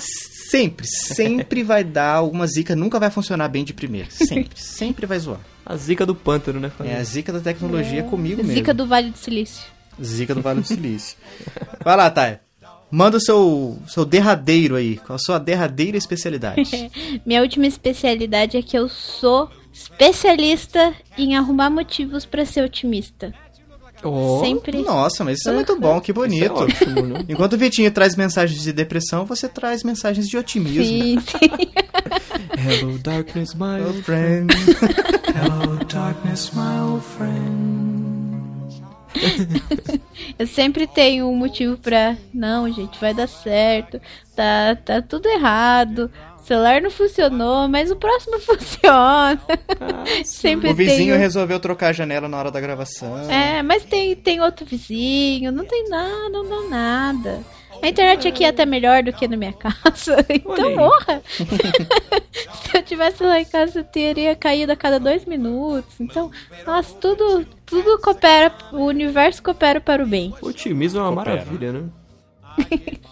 Speaker 2: sempre, sempre vai dar alguma zica, nunca vai funcionar bem de primeira. Sempre, sempre vai zoar.
Speaker 4: A zica do pântano, né,
Speaker 2: É
Speaker 4: família?
Speaker 2: a zica da tecnologia comigo mesmo.
Speaker 3: É, Zica do Vale do Silício.
Speaker 2: zica do Vale do Silício. vai lá, Thay. Manda o seu, seu derradeiro aí, com a sua derradeira especialidade.
Speaker 3: Minha última especialidade é que eu sou especialista em arrumar motivos pra ser otimista.
Speaker 4: Oh,
Speaker 3: Sempre.
Speaker 2: Nossa, mas isso é muito bom, que
Speaker 4: isso é
Speaker 2: bonito.
Speaker 4: ótimo, né?
Speaker 2: Enquanto o Vitinho traz mensagens de depressão, você traz mensagens de otimismo.
Speaker 3: Sim, sim.
Speaker 4: Hello, darkness, my
Speaker 2: Meu
Speaker 4: old friend.
Speaker 2: friend.
Speaker 3: Eu sempre tenho um motivo pra. Não, gente, vai dar certo. Tá, tá tudo errado. O celular não funcionou, mas o próximo funciona. sempre
Speaker 2: O vizinho
Speaker 3: tenho.
Speaker 2: resolveu trocar a janela na hora da gravação.
Speaker 3: É, mas tem, tem outro vizinho, não tem nada, não dá nada. A internet aqui é até melhor do que na minha casa. Então,
Speaker 4: aí.
Speaker 3: morra! Se eu tivesse lá em casa, eu teria caído a cada dois minutos. Então, nossa, tudo, tudo coopera, o universo coopera para o bem.
Speaker 4: Otimismo é uma
Speaker 5: Coopera.
Speaker 4: maravilha, né?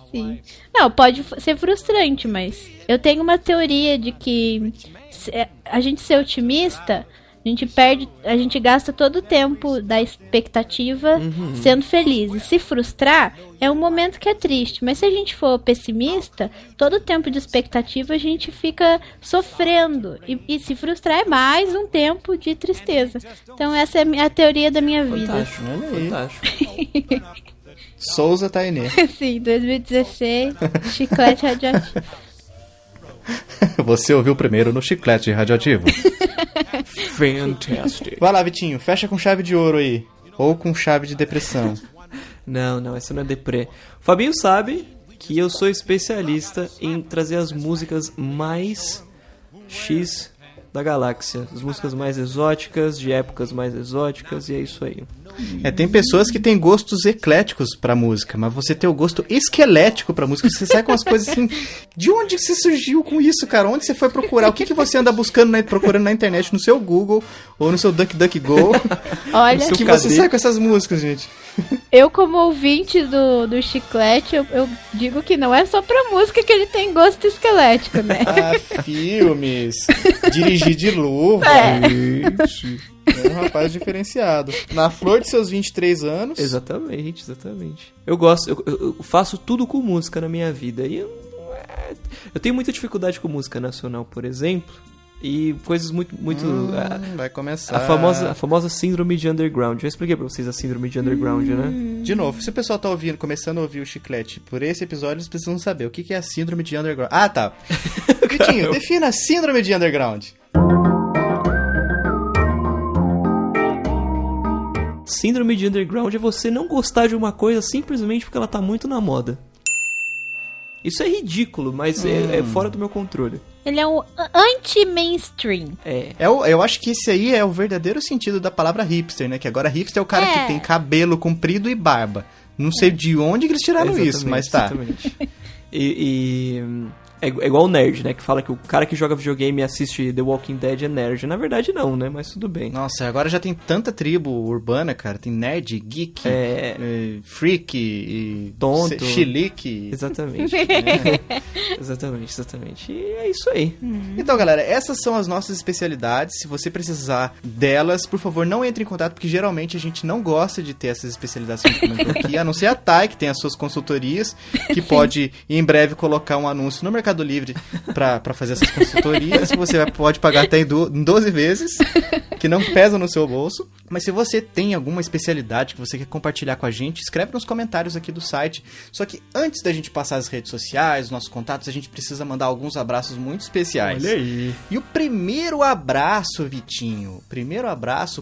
Speaker 3: Sim. Não, pode f- ser frustrante, mas eu tenho uma teoria de que se- é, a gente ser otimista, a gente perde, a gente gasta todo o tempo da expectativa sendo feliz. E se frustrar é um momento que é triste, mas se a gente for pessimista, todo o tempo de expectativa a gente fica sofrendo e, e se frustrar é mais um tempo de tristeza. Então essa é a minha- a teoria da minha vida.
Speaker 4: Fantástico, fantástico.
Speaker 2: Souza tá Tainê.
Speaker 3: Sim, 2016, chiclete radioativo.
Speaker 2: Você ouviu primeiro no Chiclete Radioativo.
Speaker 4: Fantastic.
Speaker 2: Vai lá, Vitinho, fecha com chave de ouro aí. Ou com chave de depressão.
Speaker 4: Não, não, essa não é deprê. O Fabinho sabe que eu sou especialista em trazer as músicas mais X da galáxia. As músicas mais exóticas, de épocas mais exóticas, e é isso aí.
Speaker 2: É, tem pessoas que têm gostos ecléticos pra música, mas você tem o gosto esquelético pra música. Você sai com as coisas assim. De onde você surgiu com isso, cara? Onde você foi procurar? O que, que você anda buscando, na- procurando na internet, no seu Google ou no seu DuckDuckGo?
Speaker 3: Olha,
Speaker 2: que
Speaker 4: Cadê?
Speaker 2: você sai com essas músicas, gente.
Speaker 3: eu como ouvinte do, do chiclete, eu, eu digo que não é só pra música que ele tem gosto esquelético, né?
Speaker 2: Ah, filmes. Dirigir de luva. É um rapaz diferenciado. Na flor de seus 23 anos.
Speaker 4: Exatamente, exatamente. Eu gosto, eu, eu- eu faço tudo com música na minha vida. E eu, é, eu tenho muita dificuldade com música nacional, por exemplo. E coisas muito. muito a-
Speaker 2: Hum, Vai começar.
Speaker 4: É. a,
Speaker 2: Ah.
Speaker 4: famosa, a famosa síndrome de underground. Eu expliquei pra vocês a síndrome de underground, né?
Speaker 2: De novo, se o pessoal tá ouvindo, começando a ouvir o chiclete por esse episódio, eles precisam saber o que que é a síndrome de underground. Ah, tá.
Speaker 4: é
Speaker 2: Vitinho, defina a síndrome de underground.
Speaker 4: Síndrome de underground é você não gostar de uma coisa simplesmente porque ela tá muito na moda. Isso é ridículo, mas é, é fora do meu controle.
Speaker 3: Ele é um anti-mainstream.
Speaker 4: É.
Speaker 2: É o- eu acho que esse aí é o verdadeiro sentido da palavra hipster, né? Que agora hipster é o cara
Speaker 3: É.
Speaker 2: que tem cabelo comprido e barba. Não sei de onde que eles tiraram isso,
Speaker 4: Exatamente,
Speaker 2: mas tá.
Speaker 4: exatamente. E. e, hum, É igu- é igual o nerd, né? Que fala que o cara que joga videogame e assiste The Walking Dead é nerd. Na verdade, não, né? Mas tudo bem.
Speaker 2: Nossa, agora já tem tanta tribo urbana, cara. Tem nerd, geek,
Speaker 4: É.
Speaker 2: eh, freak, e
Speaker 4: Tonto.
Speaker 2: se- chilique.
Speaker 4: Exatamente. né. exatamente, exatamente. E é isso aí.
Speaker 2: Então, galera, essas são as nossas especialidades. Se você precisar delas, por favor, não entre em contato, porque geralmente a gente não gosta de ter essas especialidades que a gente comentou aqui, a não ser a Thay, que tem as suas consultorias, que pode em breve colocar um anúncio no Mercado Livre pra pra fazer essas consultorias. que Você vai- pode pagar até em du- em 12 vezes, que não pesa no seu bolso. Mas se você tem alguma especialidade que você quer compartilhar com a gente, escreve nos comentários aqui do site. Só que antes da gente passar as redes sociais, nossos contatos, a gente precisa mandar alguns abraços muito especiais.
Speaker 4: aí.
Speaker 2: E o primeiro abraço, Vitinho, o primeiro abraço,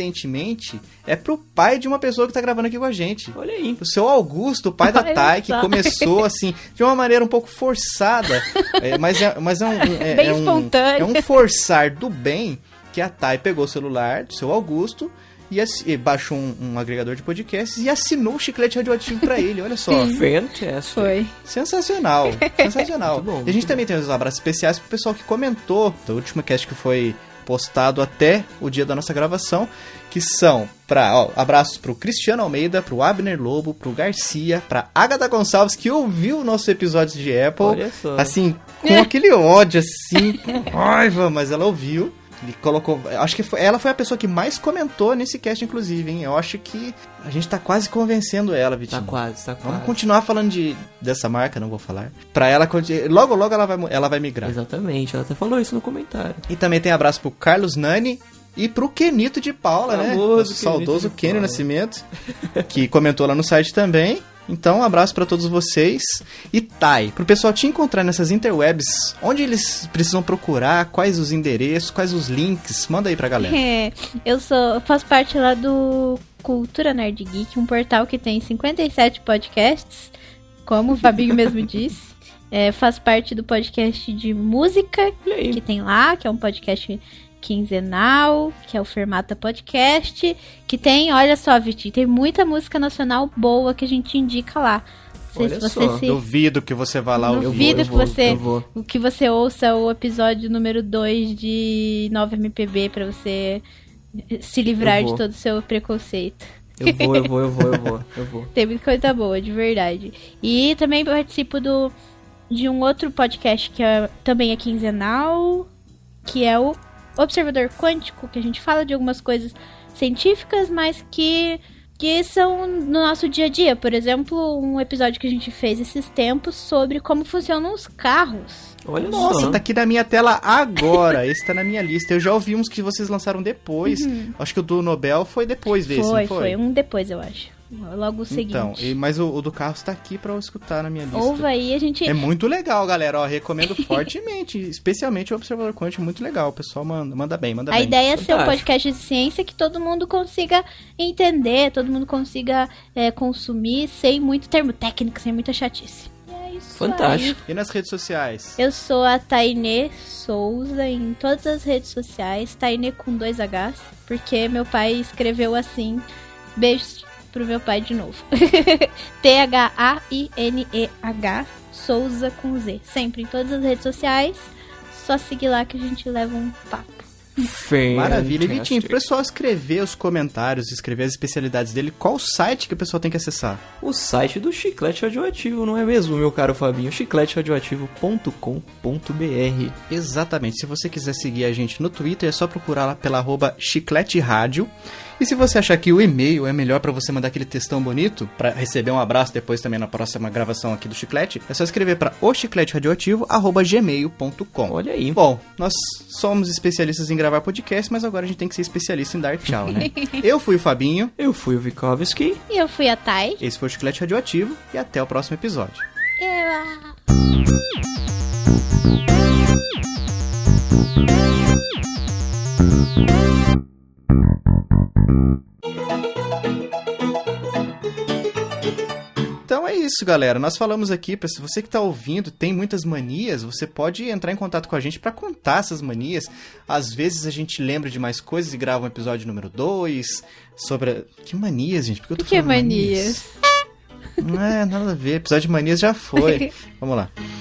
Speaker 2: coincidentemente, é pro pai de uma pessoa que tá gravando aqui com a gente.
Speaker 4: Olha aí.
Speaker 2: O seu Augusto, o pai da
Speaker 3: Olha
Speaker 2: Thay, que
Speaker 3: só.
Speaker 2: começou assim, de uma maneira um pouco forçada, é, mas, é, mas é um. É,
Speaker 3: Bem
Speaker 2: é um,
Speaker 3: espontâneo.
Speaker 2: é um forçar do bem que a Thay pegou o celular do seu Augusto. E, assi- e baixou um, um agregador de podcasts e assinou o chiclete radioativo pra ele, olha só.
Speaker 4: Fantastic.
Speaker 3: Foi.
Speaker 2: Sensacional, sensacional.
Speaker 4: Muito bom,
Speaker 2: e a gente
Speaker 4: muito
Speaker 2: também tem os abraços especiais pro pessoal que comentou do último cast que foi postado até o dia da nossa gravação, que são para ó, abraços pro Cristiano Almeida, pro Abner Lobo, pro Garcia, pra Agatha Gonçalves que ouviu o nosso episódio de Apple,
Speaker 4: Olha só.
Speaker 2: assim, com aquele ódio assim, com raiva, mas ela ouviu. E colocou. Acho que foi- ela foi a pessoa que mais comentou nesse cast, inclusive, hein? Eu acho que a gente tá quase convencendo ela, Vitinho.
Speaker 4: Tá quase, tá
Speaker 2: Vamos
Speaker 4: quase.
Speaker 2: continuar falando de, dessa marca, não vou falar. Pra ela, conti- logo, logo ela vai, mu- ela vai migrar.
Speaker 4: Exatamente, ela até falou isso no comentário.
Speaker 2: E também tem abraço pro Carlos Nani e pro Kenito de Paula, né?
Speaker 4: Famoso
Speaker 2: Nosso
Speaker 4: Kenito
Speaker 2: saudoso
Speaker 4: de
Speaker 2: Kenny
Speaker 4: Paula.
Speaker 2: Nascimento, que comentou lá no site também. Então, um abraço pra todos vocês. E Tai, pro pessoal te encontrar nessas interwebs, onde eles precisam procurar, quais os endereços, quais os links, manda aí pra galera.
Speaker 3: É, eu sou, eu faço parte lá do Cultura Nerd Geek, um portal que tem 57 podcasts, como o Fabinho mesmo disse. É, faço parte do podcast de música
Speaker 4: Olha aí.
Speaker 3: que tem lá, que é um podcast quinzenal, que é o Fermata Podcast, que tem, olha só, Vitinho, tem muita música nacional boa que a gente indica lá. Não sei
Speaker 4: Olha
Speaker 3: se você
Speaker 4: só,
Speaker 3: se-
Speaker 2: Duvido que você vá lá
Speaker 4: Eu
Speaker 2: ouvir.
Speaker 4: vou, eu
Speaker 3: Duvido que
Speaker 4: vou,
Speaker 3: você-
Speaker 4: Eu vou.
Speaker 3: o que você ouça é o episódio número 2 de 9 MPB pra você se livrar
Speaker 4: Eu vou.
Speaker 3: de todo o seu preconceito.
Speaker 4: Eu vou, eu vou, eu vou, eu vou, eu vou.
Speaker 3: Tem muita coisa boa, de verdade. E também participo do de um outro podcast que é, também é quinzenal, que é o Observador Quântico, que a gente fala de algumas coisas científicas, mas que que são no nosso dia a dia. Por exemplo, um episódio que a gente fez esses tempos sobre como funcionam os carros.
Speaker 4: Olha
Speaker 2: Nossa,
Speaker 4: só.
Speaker 2: tá aqui na minha tela agora. Esse tá na minha lista. Eu já ouvi uns que vocês lançaram depois. Acho que o do Nobel foi depois desse,
Speaker 3: Uhum. foi,
Speaker 2: não
Speaker 3: foi, um depois, eu acho. Logo o seguinte.
Speaker 2: Então, e- mas o, o do carro está aqui pra eu escutar na minha lista.
Speaker 3: Ouva aí, a gente.
Speaker 2: É muito legal, galera. Ó, recomendo fortemente. Especialmente o Observador Quântico, muito legal. O pessoal manda, manda bem, manda
Speaker 3: a
Speaker 2: bem.
Speaker 3: ideia é ser um
Speaker 4: Fantástico.
Speaker 3: podcast de ciência que todo mundo consiga entender, todo mundo consiga é, consumir sem muito termo técnico, sem muita chatice. E é isso
Speaker 4: Fantástico.
Speaker 2: E nas redes sociais?
Speaker 3: aí. Eu sou a Tainê Souza em todas as redes sociais, Tainê com dois Hs, porque meu pai escreveu assim. Beijos pro meu pai de novo. T-H-A-I-N-E-H Souza com Z. Sempre em todas as redes sociais. Só seguir lá que a gente leva um papo.
Speaker 4: Fantástico.
Speaker 2: Maravilha. E Vitinho, pro pessoal escrever os comentários, escrever as especialidades dele, qual o site que o pessoal tem que acessar?
Speaker 4: O site do Chiclete Radioativo, não é mesmo, meu caro Fabinho? chicleteradioativo.com.br
Speaker 2: Exatamente. Se você quiser seguir a gente no Twitter, é só procurar lá pela arroba chiclete rádio. E se você achar que o e-mail é melhor pra você mandar aquele textão bonito, pra receber um abraço depois também na próxima gravação aqui do Chiclete, é só escrever para o chiclete
Speaker 4: Olha aí.
Speaker 2: Bom, nós somos especialistas em gravar podcast, mas agora a gente tem que ser especialista em dar tchau, né? Eu fui o Fabinho,
Speaker 4: Eu fui o Vikovski.
Speaker 3: E eu fui a Thay.
Speaker 2: esse foi o Chiclete Radioativo e até o próximo episódio. Então é isso, galera. Nós falamos aqui, pra- se você que tá ouvindo tem muitas manias, você pode entrar em contato com a gente pra contar essas manias. Às vezes a gente lembra de mais coisas e grava um episódio número 2 sobre. a- Que manias, gente? Por que eu tô
Speaker 3: Que
Speaker 2: falando
Speaker 3: manias?
Speaker 2: manias? Não é nada a ver. Episódio de manias já foi. Vamos lá.